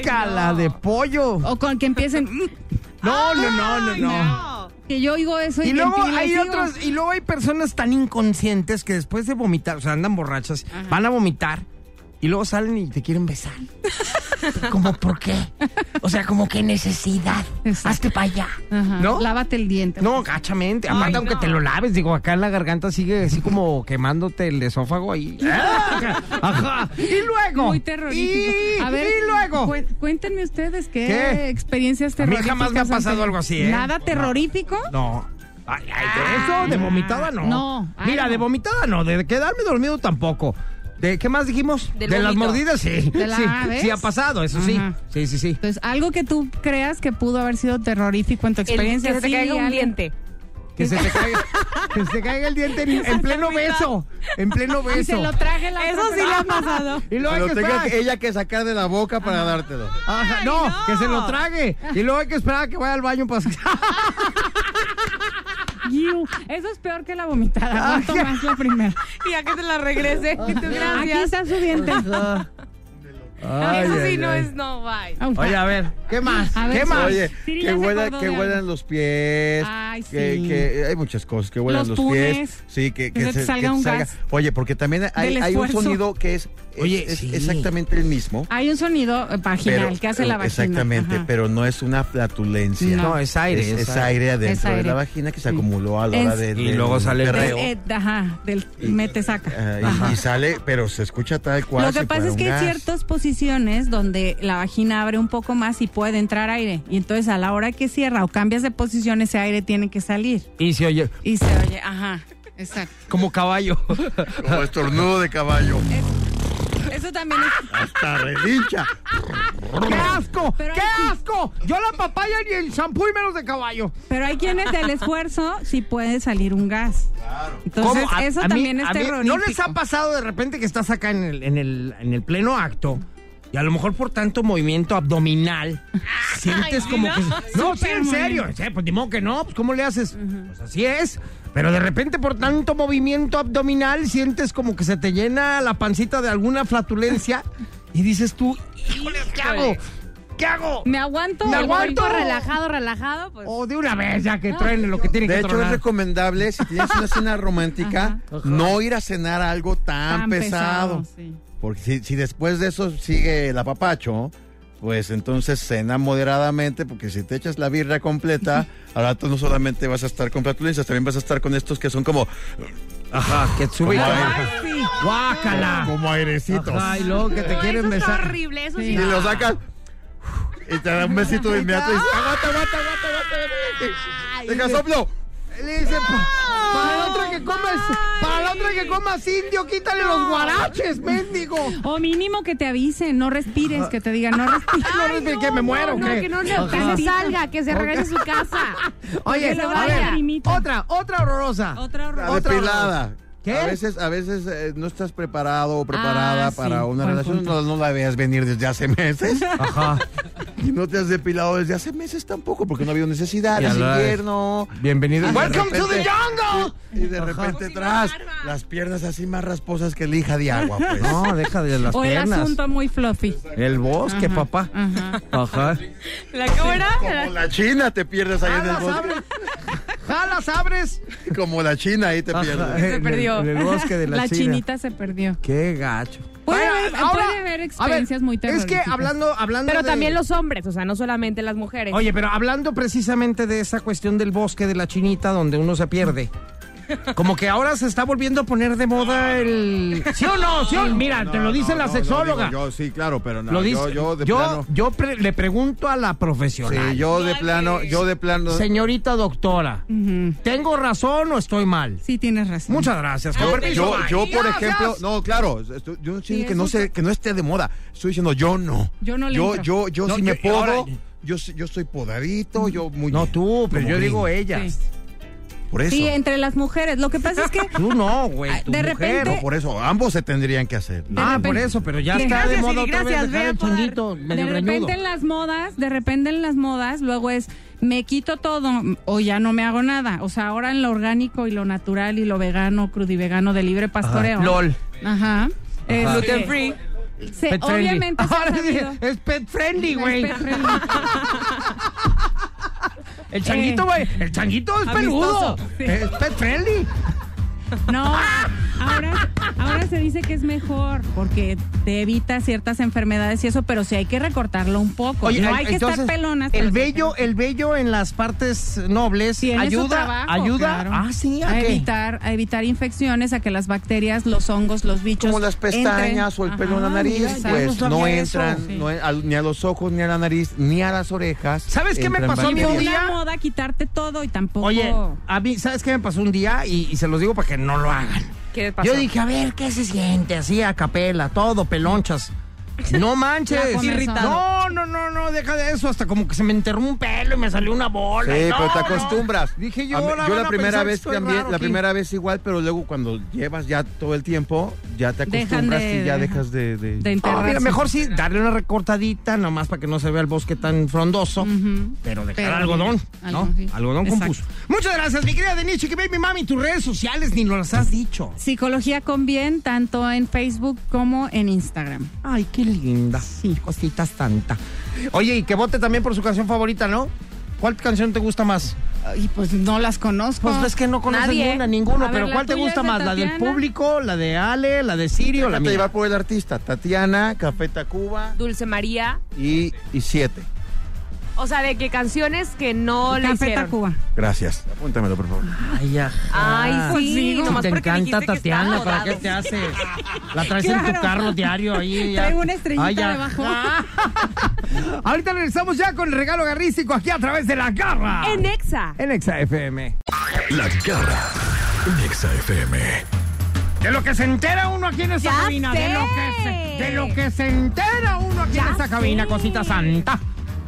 [SPEAKER 2] ¡Cala
[SPEAKER 11] no.
[SPEAKER 2] de pollo!
[SPEAKER 4] O con que empiecen.
[SPEAKER 2] <laughs> No, no, no, no, no.
[SPEAKER 4] Que yo oigo eso y,
[SPEAKER 2] Y luego
[SPEAKER 4] que en ti
[SPEAKER 2] hay
[SPEAKER 4] les Pues digo.
[SPEAKER 2] otros, y luego hay personas tan inconscientes que después de vomitar, o sea, andan borrachas,
[SPEAKER 4] Ajá.
[SPEAKER 2] van a vomitar y luego salen y te quieren
[SPEAKER 4] <laughs>
[SPEAKER 2] besar. ¿Cómo por qué? O sea, como qué necesidad.
[SPEAKER 4] Exacto.
[SPEAKER 2] Hazte para allá.
[SPEAKER 4] Ajá,
[SPEAKER 2] ¿No?
[SPEAKER 4] Lávate el diente.
[SPEAKER 2] No, gachamente. Aparte,
[SPEAKER 11] no.
[SPEAKER 2] aunque te lo laves, digo, acá en la garganta sigue
[SPEAKER 4] <laughs>
[SPEAKER 2] así como quemándote el esófago ahí. <laughs> Ajá. Ajá. Y luego.
[SPEAKER 4] Muy terrorífico.
[SPEAKER 2] Y,
[SPEAKER 4] a ver, pues,
[SPEAKER 2] y luego.
[SPEAKER 4] cué- cuéntenme ustedes qué,
[SPEAKER 2] ¿Qué?
[SPEAKER 4] experiencias
[SPEAKER 2] A mí
[SPEAKER 4] terroríficas.
[SPEAKER 2] jamás me ha
[SPEAKER 4] han
[SPEAKER 2] pasado
[SPEAKER 4] tenido.
[SPEAKER 2] algo así, ¿eh?
[SPEAKER 4] ¿Nada
[SPEAKER 2] No.
[SPEAKER 4] terrorífico?
[SPEAKER 2] No. Ay, ay, de eso, de vomitada no.
[SPEAKER 4] no, ay,
[SPEAKER 2] Mira,
[SPEAKER 4] no.
[SPEAKER 2] de vomitada no, de quedarme dormido tampoco. ¿De qué más dijimos?
[SPEAKER 11] Del
[SPEAKER 2] de las
[SPEAKER 11] vómito.
[SPEAKER 2] mordidas, sí.
[SPEAKER 4] De la-
[SPEAKER 2] sí,
[SPEAKER 4] ¿ves?
[SPEAKER 2] sí ha pasado, eso
[SPEAKER 4] Ajá.
[SPEAKER 2] sí. Sí, sí, sí.
[SPEAKER 4] Entonces, algo que tú creas que pudo haber sido terrorífico en tu
[SPEAKER 11] El que
[SPEAKER 4] experiencia.
[SPEAKER 11] se te
[SPEAKER 4] sí,
[SPEAKER 11] caiga un
[SPEAKER 4] algo.
[SPEAKER 11] diente.
[SPEAKER 2] Que se te caiga, que se te caiga el diente en, en pleno beso. En pleno beso.
[SPEAKER 4] Y se lo traje la
[SPEAKER 11] Eso
[SPEAKER 4] otra
[SPEAKER 11] sí le ha
[SPEAKER 4] persona. <laughs>
[SPEAKER 11] pasado.
[SPEAKER 2] Y luego hay
[SPEAKER 5] Pero
[SPEAKER 2] que
[SPEAKER 5] tenga
[SPEAKER 2] esperar.
[SPEAKER 5] que- ella que sacar de la boca para dártelo.
[SPEAKER 2] Ajá,
[SPEAKER 11] Ay,
[SPEAKER 2] no,
[SPEAKER 11] no.
[SPEAKER 2] que se lo trague. Y luego hay que esperar a que vaya al baño para
[SPEAKER 4] Iu, Eso es peor que la vomitada. Cuanto más la primera.
[SPEAKER 11] <laughs> Y a que te la regrese. Tú,
[SPEAKER 4] Aquí
[SPEAKER 11] gracias.
[SPEAKER 4] está su diente. ah.
[SPEAKER 11] Eso sí no es no, bye.
[SPEAKER 2] Oye, a ver, ¿qué más?
[SPEAKER 4] A ver,
[SPEAKER 2] ¿Qué más?
[SPEAKER 5] Oye,
[SPEAKER 4] Siri ya
[SPEAKER 5] que,
[SPEAKER 4] se
[SPEAKER 5] huela-
[SPEAKER 4] acordó
[SPEAKER 5] que
[SPEAKER 4] de algo.
[SPEAKER 5] huelan los pies.
[SPEAKER 4] Ay,
[SPEAKER 5] Que,
[SPEAKER 4] sí.
[SPEAKER 5] que hay muchas cosas que huelan
[SPEAKER 4] Los
[SPEAKER 5] los,
[SPEAKER 4] punes.
[SPEAKER 5] pies. Sí, que,
[SPEAKER 4] Que se te salga un gas.
[SPEAKER 5] Oye, porque también hay,
[SPEAKER 4] Del
[SPEAKER 5] hay un
[SPEAKER 4] esfuerzo.
[SPEAKER 5] sonido que es,
[SPEAKER 2] Oye,
[SPEAKER 5] es- es
[SPEAKER 2] sí.
[SPEAKER 5] exactamente el mismo.
[SPEAKER 4] Hay un sonido eh, vaginal que hace la vagina.
[SPEAKER 5] Exactamente,
[SPEAKER 4] Ajá.
[SPEAKER 5] pero no es una flatulencia.
[SPEAKER 2] No, es aire,
[SPEAKER 5] Es,
[SPEAKER 2] es
[SPEAKER 5] es
[SPEAKER 2] aire.
[SPEAKER 5] aire adentro
[SPEAKER 4] Es aire.
[SPEAKER 5] de la vagina que se acumuló a la hora
[SPEAKER 4] Es-
[SPEAKER 5] de,
[SPEAKER 2] Y
[SPEAKER 5] del
[SPEAKER 2] luego sale el
[SPEAKER 4] Del-
[SPEAKER 5] perreo.
[SPEAKER 4] eh, ajá, del mete saca.
[SPEAKER 5] Ajá, y- y, sale, pero se escucha tal cual.
[SPEAKER 4] Lo que
[SPEAKER 5] si
[SPEAKER 4] pasa
[SPEAKER 5] fuera
[SPEAKER 4] es
[SPEAKER 5] un
[SPEAKER 4] que hay
[SPEAKER 5] gas.
[SPEAKER 4] ciertas posiciones donde la vagina abre un poco más y puede entrar aire. Y entonces a la hora que cierra o cambias de posición, ese aire tiene que salir.
[SPEAKER 2] Y se oye,
[SPEAKER 4] Y se oye, ajá, exacto.
[SPEAKER 2] como caballo.
[SPEAKER 5] <laughs> Como estornudo de
[SPEAKER 4] <laughs>
[SPEAKER 5] caballo.
[SPEAKER 4] Eh. Eso también es...
[SPEAKER 5] Hasta
[SPEAKER 4] <laughs>
[SPEAKER 5] relincha.
[SPEAKER 2] ¡Qué asco!
[SPEAKER 4] Pero
[SPEAKER 2] ¡Qué
[SPEAKER 4] hay-
[SPEAKER 2] asco! Yo la papaya ni el champú y menos de caballo.
[SPEAKER 4] Pero hay quienes del esfuerzo sí puede salir un gas. Entonces,
[SPEAKER 2] ¿Cómo? A-
[SPEAKER 4] eso
[SPEAKER 2] a mí-
[SPEAKER 4] también es
[SPEAKER 2] a mí-
[SPEAKER 4] terrorífico.
[SPEAKER 2] ¿No les ha pasado de repente que estás acá en el, en el, en el pleno acto? Y a lo mejor por tanto movimiento abdominal,
[SPEAKER 4] <laughs>
[SPEAKER 2] sientes como que... No, sí, en serio. sí, pues ni modo que no, pues ¿cómo le haces? Pues así es. Pero de repente por tanto movimiento abdominal sientes como que se te llena la pancita de alguna flatulencia y dices tú, híjole, ¿qué hago? ¿Qué hago?
[SPEAKER 4] ¿Me aguanto?
[SPEAKER 2] Me
[SPEAKER 4] el
[SPEAKER 2] aguanto. Oh,
[SPEAKER 4] cuerpo relajado, relajado, pues...
[SPEAKER 2] O de una vez ya que
[SPEAKER 4] Ah,
[SPEAKER 2] truene lo que tiene
[SPEAKER 5] De
[SPEAKER 2] que
[SPEAKER 5] hecho, es
[SPEAKER 2] tronar.
[SPEAKER 5] recomendable, si tienes una cena romántica, no ir a cenar algo tan, pesado.
[SPEAKER 4] sí.
[SPEAKER 5] Porque si, si después de eso sigue el apapacho, pues entonces cena moderadamente, porque si te echas la birra completa, ahora tú no solamente vas a estar con flatulencias, también vas a estar con estos que son como,
[SPEAKER 2] Ajá, que sube. y-
[SPEAKER 5] Como
[SPEAKER 2] ¡Ay,
[SPEAKER 5] aire.
[SPEAKER 2] sí! ¡Guácala!
[SPEAKER 5] como airecitos.
[SPEAKER 2] Ajá, y luego que te quieren
[SPEAKER 11] eso está
[SPEAKER 2] besar.
[SPEAKER 11] horrible, eso sí.
[SPEAKER 5] Y
[SPEAKER 11] no.
[SPEAKER 5] lo sacas y te da un besito de inmediato y dices, aguanta, aguanta, aguanta, aguanta. Venga, soplo.
[SPEAKER 2] Le dice, "Pa- para la otra que comas, para la otra que comas indio, quítale los guaraches, mendigo.
[SPEAKER 4] O mínimo que te avisen, no respires, que te digan, no respires.
[SPEAKER 2] No, respires, que me muero,
[SPEAKER 11] No,
[SPEAKER 2] ¿qué?
[SPEAKER 11] que no, no, que
[SPEAKER 4] Ajá.
[SPEAKER 11] se salga, que se regrese a su casa.
[SPEAKER 2] <laughs> Oye,
[SPEAKER 4] se
[SPEAKER 2] a
[SPEAKER 4] vaya.
[SPEAKER 2] ver, otra, otra horrorosa.
[SPEAKER 4] Otra horror.
[SPEAKER 5] La depilada.
[SPEAKER 2] ¿Qué?
[SPEAKER 5] A veces, a veces eh, no estás preparado o preparada
[SPEAKER 4] Ah, sí,
[SPEAKER 5] para una
[SPEAKER 4] buen
[SPEAKER 5] relación,
[SPEAKER 4] punto.
[SPEAKER 5] no, no la veas venir desde hace meses.
[SPEAKER 2] Ajá.
[SPEAKER 5] y no te has depilado desde hace meses tampoco, porque no había necesidad,
[SPEAKER 2] Y
[SPEAKER 5] es
[SPEAKER 2] a la-
[SPEAKER 5] invierno.
[SPEAKER 2] Bienvenido.
[SPEAKER 5] Y de
[SPEAKER 2] <laughs> Welcome to the
[SPEAKER 5] repente-
[SPEAKER 2] jungle.
[SPEAKER 5] Y de repente tras, las piernas así más rasposas que lija de agua, pues.
[SPEAKER 2] deja de las
[SPEAKER 4] O el asunto muy fluffy.
[SPEAKER 2] El bosque,
[SPEAKER 4] Ajá,
[SPEAKER 2] papá.
[SPEAKER 4] ajá.
[SPEAKER 2] Ajá.
[SPEAKER 11] ¿La cámara?
[SPEAKER 5] Como la china te pierdes ahí en el
[SPEAKER 2] Jalas,
[SPEAKER 5] bosque.
[SPEAKER 2] abres. Jalas, abres.
[SPEAKER 5] Como la china ahí te
[SPEAKER 2] Ajá,
[SPEAKER 5] pierdes.
[SPEAKER 2] en el-
[SPEAKER 11] perdió.
[SPEAKER 2] En el, bosque de la,
[SPEAKER 4] La
[SPEAKER 2] China.
[SPEAKER 4] chinita se perdió.
[SPEAKER 2] Qué gacho.
[SPEAKER 4] Puede
[SPEAKER 2] Bueno,
[SPEAKER 4] haber- puede haber
[SPEAKER 2] a
[SPEAKER 4] experiencias muy
[SPEAKER 2] Es que
[SPEAKER 4] terroríficas.
[SPEAKER 2] hablando, hablando
[SPEAKER 11] Pero
[SPEAKER 2] de-
[SPEAKER 11] también los hombres, o sea, no solamente las mujeres.
[SPEAKER 4] <laughs>
[SPEAKER 2] Oye, pero hablando precisamente de esa cuestión del bosque de la chinita donde uno se pierde. Como que ahora se está volviendo a poner de moda el. ¿Sí o no? ¿Sí o- Mira, te lo dice
[SPEAKER 5] no,
[SPEAKER 2] la
[SPEAKER 5] no,
[SPEAKER 2] sexóloga.
[SPEAKER 5] digo yo sí, claro, pero no.
[SPEAKER 2] lo dice.
[SPEAKER 5] Yo, yo de plano.
[SPEAKER 2] yo pre- le pregunto a la profesional.
[SPEAKER 5] Sí, yo de plano, yo de plano.
[SPEAKER 2] Señorita doctora, ¿tengo razón o estoy mal?
[SPEAKER 4] Sí, tienes razón.
[SPEAKER 2] Muchas gracias.
[SPEAKER 4] Ah,
[SPEAKER 2] con
[SPEAKER 5] Yo,
[SPEAKER 2] permiso,
[SPEAKER 5] yo,
[SPEAKER 2] bye.
[SPEAKER 5] yo, por
[SPEAKER 2] Gracias.
[SPEAKER 5] ejemplo, no, claro, estoy- yo estoy diciendo que no
[SPEAKER 2] eso
[SPEAKER 5] sé, que no esté de moda. Estoy diciendo yo no.
[SPEAKER 4] Yo no le
[SPEAKER 5] Yo,
[SPEAKER 4] entro.
[SPEAKER 5] yo, yo
[SPEAKER 4] No,
[SPEAKER 5] sí
[SPEAKER 4] yo-
[SPEAKER 5] me podo.
[SPEAKER 4] ahora-
[SPEAKER 5] yo, sí- yo estoy podadito, yo muy.
[SPEAKER 2] No tú, pero
[SPEAKER 5] como
[SPEAKER 2] yo
[SPEAKER 5] gringo.
[SPEAKER 2] digo ellas.
[SPEAKER 5] eh, Por eso.
[SPEAKER 4] Sí, entre las mujeres. Lo que pasa
[SPEAKER 2] <laughs>
[SPEAKER 4] es que
[SPEAKER 2] Tú no, güey.
[SPEAKER 4] Ah,
[SPEAKER 2] tu
[SPEAKER 4] de
[SPEAKER 2] mujer.
[SPEAKER 4] repente-
[SPEAKER 5] No, por eso, ambos se tendrían que hacer.
[SPEAKER 2] Ah, por eso, pero ya está de
[SPEAKER 4] Gracias,
[SPEAKER 2] moda
[SPEAKER 4] Siri,
[SPEAKER 2] otra vez dejar
[SPEAKER 4] gracias, ve a
[SPEAKER 2] el
[SPEAKER 4] podar.
[SPEAKER 2] chonguito medio
[SPEAKER 4] de repente
[SPEAKER 2] greñudo.
[SPEAKER 4] en las modas, de repente en las modas, luego es me quito todo o ya no me hago nada. O sea, ahora en lo orgánico y lo natural y lo vegano, crudivegano de libre pastoreo.
[SPEAKER 2] LOL.
[SPEAKER 4] Ajá. Este,
[SPEAKER 2] Gluten free.
[SPEAKER 4] se-
[SPEAKER 2] Pet friendly. <laughs>
[SPEAKER 4] obviamente se ha
[SPEAKER 2] Ahora sí,
[SPEAKER 4] sabido-
[SPEAKER 2] es pet friendly,
[SPEAKER 4] Es
[SPEAKER 2] güey.
[SPEAKER 4] pet friendly.
[SPEAKER 2] El changuito, güey. El changuito es peludo.
[SPEAKER 4] Amistoso,
[SPEAKER 2] Es pet friendly.
[SPEAKER 4] No, ahora, ahora se dice que es mejor porque te evita ciertas enfermedades y eso, pero sí hay que recortarlo un poco.
[SPEAKER 2] Pues
[SPEAKER 4] no hay que
[SPEAKER 2] entonces,
[SPEAKER 4] estar pelonas. pero
[SPEAKER 2] El
[SPEAKER 4] sí-
[SPEAKER 2] vello, el vello en las partes nobles
[SPEAKER 4] Tiene su
[SPEAKER 2] ayuda,
[SPEAKER 4] trabajo,
[SPEAKER 2] ayuda.
[SPEAKER 4] claro.
[SPEAKER 2] Ah, sí, ¿a
[SPEAKER 4] a
[SPEAKER 2] qué?
[SPEAKER 4] evitar a evitar infecciones, a que las bacterias, los hongos, los bichos
[SPEAKER 5] Como las pestañas o el pelo en la nariz, pues no, entran no en- al- ni a los ojos, ni a la nariz, ni a las orejas.
[SPEAKER 2] ¿Sabes qué me
[SPEAKER 5] Entran
[SPEAKER 2] pasó a mí un
[SPEAKER 5] bacterias.
[SPEAKER 2] día?
[SPEAKER 4] La moda quitarte todo y tampoco
[SPEAKER 2] Oye, a mí, ¿sabes qué me pasó un día? Y, y se los digo para que no lo hagan.
[SPEAKER 10] ¿Qué
[SPEAKER 2] Yo dije, a ver, ¿qué se siente? Así a capela, todo,
[SPEAKER 4] <laughs>
[SPEAKER 2] pelonchas. No manches.
[SPEAKER 4] Ya comenzó.
[SPEAKER 2] No, no, no, no, deja de eso. Hasta como que se me enterró un pelo y me salió una bola.
[SPEAKER 5] Sí,
[SPEAKER 2] No,
[SPEAKER 5] pero te
[SPEAKER 2] no.
[SPEAKER 5] acostumbras.
[SPEAKER 2] Dije
[SPEAKER 5] A
[SPEAKER 2] yo,
[SPEAKER 5] mí-
[SPEAKER 2] la,
[SPEAKER 5] yo
[SPEAKER 2] van a
[SPEAKER 5] la primera
[SPEAKER 2] pensar que
[SPEAKER 5] vez
[SPEAKER 2] estoy
[SPEAKER 5] también,
[SPEAKER 2] raro
[SPEAKER 5] la
[SPEAKER 2] aquí.
[SPEAKER 5] primera vez igual, pero luego cuando llevas ya todo el tiempo, ya te
[SPEAKER 4] Dejan
[SPEAKER 5] acostumbras
[SPEAKER 4] de-
[SPEAKER 5] y ya dejas de...
[SPEAKER 2] No,
[SPEAKER 5] de-
[SPEAKER 4] de
[SPEAKER 2] "Ah, mira,
[SPEAKER 4] enterrarse.
[SPEAKER 2] mejor sí, darle una recortadita, nomás para que no se vea el bosque tan frondoso, pero dejar
[SPEAKER 4] Pero,
[SPEAKER 2] algodón, ¿no?
[SPEAKER 4] algodón, sí.
[SPEAKER 2] Algodón
[SPEAKER 4] Exacto.
[SPEAKER 2] compuso. Muchas gracias, mi querida Denise, que baby mami, tus redes sociales ni nos las has dicho.
[SPEAKER 4] Psicología con bien, tanto en Facebook como en Instagram.
[SPEAKER 2] Ay, qué linda. Sí, cositas tanta. Oye, y que vote también por su canción favorita, ¿no? ¿Cuál canción te gusta más?
[SPEAKER 4] Y pues no las conozco.
[SPEAKER 2] Pues ves que no conoces
[SPEAKER 10] Nadie.
[SPEAKER 2] ninguna, ninguno,
[SPEAKER 4] Oh, A ver,
[SPEAKER 2] pero
[SPEAKER 4] la
[SPEAKER 2] ¿cuál te
[SPEAKER 4] tuya
[SPEAKER 2] gusta
[SPEAKER 4] es de
[SPEAKER 2] más? ¿La del
[SPEAKER 4] Tatiana.
[SPEAKER 2] público, la de Ale, la de Sirio, la
[SPEAKER 5] Déjate
[SPEAKER 2] mía?
[SPEAKER 5] llevar por el artista, Tatiana, Café Tacuba
[SPEAKER 10] Dulce María.
[SPEAKER 5] y, y Siete.
[SPEAKER 10] O sea, de que canciones que no le
[SPEAKER 4] Café
[SPEAKER 10] hicieron.
[SPEAKER 4] Tacuba.
[SPEAKER 5] Gracias, apúntamelo por favor.
[SPEAKER 2] Ay, ajá.
[SPEAKER 10] Ay,
[SPEAKER 4] Pues
[SPEAKER 10] sí,
[SPEAKER 4] sí,
[SPEAKER 10] nomás
[SPEAKER 2] te
[SPEAKER 10] porque
[SPEAKER 2] encanta
[SPEAKER 10] dijiste que
[SPEAKER 2] Tatiana,
[SPEAKER 10] estaba
[SPEAKER 2] ¿para qué
[SPEAKER 10] dado.
[SPEAKER 2] te haces? La traes en tu
[SPEAKER 4] Claro.
[SPEAKER 2] carro diario ahí. ya.
[SPEAKER 4] Traigo una estrellita
[SPEAKER 2] ya.
[SPEAKER 4] debajo.
[SPEAKER 2] <laughs> Ahorita regresamos ya con el regalo garrístico aquí a través de la garra.
[SPEAKER 10] En Exa.
[SPEAKER 2] en Exa FM.
[SPEAKER 1] La garra en Exa FM.
[SPEAKER 2] De lo que se entera uno aquí en esta
[SPEAKER 10] Ya
[SPEAKER 2] cabina. De lo, que
[SPEAKER 10] sé.
[SPEAKER 2] se, de lo que se entera uno aquí en
[SPEAKER 10] Ya
[SPEAKER 2] esta cabina,
[SPEAKER 10] sé.
[SPEAKER 2] cosita santa.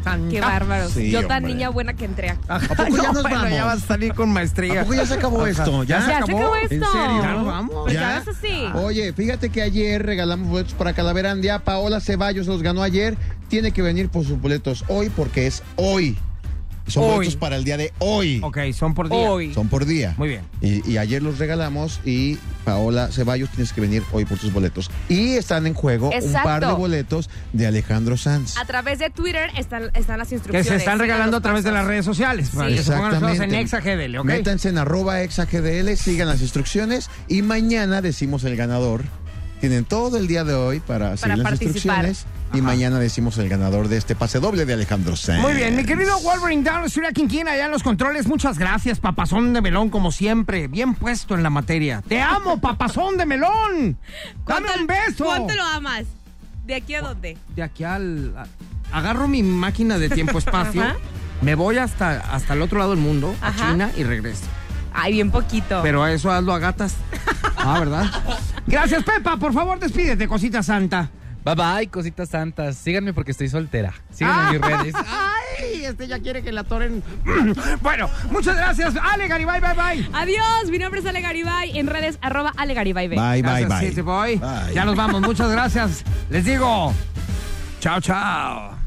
[SPEAKER 2] Santa.
[SPEAKER 10] Qué bárbaros.
[SPEAKER 5] Sí,
[SPEAKER 10] Yo tan
[SPEAKER 5] hombre.
[SPEAKER 10] niña buena que entré aquí.
[SPEAKER 2] Ajá.
[SPEAKER 5] ¿A
[SPEAKER 10] <laughs>
[SPEAKER 5] poco ya
[SPEAKER 2] No,
[SPEAKER 5] nos
[SPEAKER 2] bueno,
[SPEAKER 5] vamos?
[SPEAKER 2] ya vas a salir con maestría.
[SPEAKER 5] ¿A poco ya se acabó esto? ¿Ya?
[SPEAKER 10] Ya se acabó esto.
[SPEAKER 5] ¿En serio?
[SPEAKER 2] Ya nos vamos.
[SPEAKER 10] Pero ya no es así.
[SPEAKER 12] Oye, fíjate que ayer regalamos boletos para Calavera Andía. Paola Ceballos los ganó ayer. Tiene que venir por sus boletos hoy porque es hoy. Son
[SPEAKER 2] Hoy.
[SPEAKER 12] boletos para el día de hoy.
[SPEAKER 2] Ok, son por día.
[SPEAKER 10] Hoy.
[SPEAKER 12] Son por día.
[SPEAKER 2] Muy bien.
[SPEAKER 12] Y, y ayer los regalamos y Paola Ceballos tienes que venir hoy por tus boletos. Y están en juego un
[SPEAKER 10] Exacto.
[SPEAKER 12] par de boletos de Alejandro Sanz.
[SPEAKER 10] A través de Twitter están, están las
[SPEAKER 2] Que
[SPEAKER 10] instrucciones.
[SPEAKER 2] se están regalando a
[SPEAKER 10] Los
[SPEAKER 2] través de
[SPEAKER 10] pasos.
[SPEAKER 2] las redes sociales. Para que se pongan los ojos en
[SPEAKER 12] Exactamente.
[SPEAKER 2] Exa GDL, ¿ok?
[SPEAKER 12] Métanse en arroba exagdl, sigan las instrucciones y mañana decimos el ganador. Tienen todo el día de hoy para, seguir las
[SPEAKER 10] participar.
[SPEAKER 12] instrucciones y mañana decimos el ganador de este pase doble de Alejandro Sanz.
[SPEAKER 2] Muy bien, mi querido Wolverine Down, Sura Quinquina, allá en los controles, muchas gracias, papazón de melón, como siempre, bien puesto en la materia. Te amo, papazón de melón. Dame un beso.
[SPEAKER 10] ¿Cuánto lo amas? ¿De aquí a dónde?
[SPEAKER 2] De aquí al... a- Agarro mi máquina de
[SPEAKER 10] <laughs>
[SPEAKER 2] tiempo-espacio,
[SPEAKER 10] Ajá.
[SPEAKER 2] me voy hasta, hasta el otro lado del mundo,
[SPEAKER 10] Ajá.
[SPEAKER 2] a China, y regreso.
[SPEAKER 10] Ay, bien poquito.
[SPEAKER 2] Pero a eso hazlo a gatas. Ah,
[SPEAKER 10] <laughs>
[SPEAKER 2] ¿verdad? Gracias, Pepa. Por favor, despídete, cosita santa.
[SPEAKER 11] Bye bye, cositas santas. Síganme porque estoy soltera. Síganme en mis <laughs> redes.
[SPEAKER 2] Ah. <laughs> Ay, este ya quiere que la atoren. <clears throat> Bueno, muchas gracias. Ale, Garibay, bye, bye.
[SPEAKER 10] Adiós, mi nombre es Ale Garibay, en redes arroba Ale Garibay. B.
[SPEAKER 12] Bye, bye,
[SPEAKER 2] Gracias,
[SPEAKER 12] bye.
[SPEAKER 2] City Boy.
[SPEAKER 12] Bye.
[SPEAKER 2] Ya nos vamos. Muchas gracias. Les digo, chao, chao.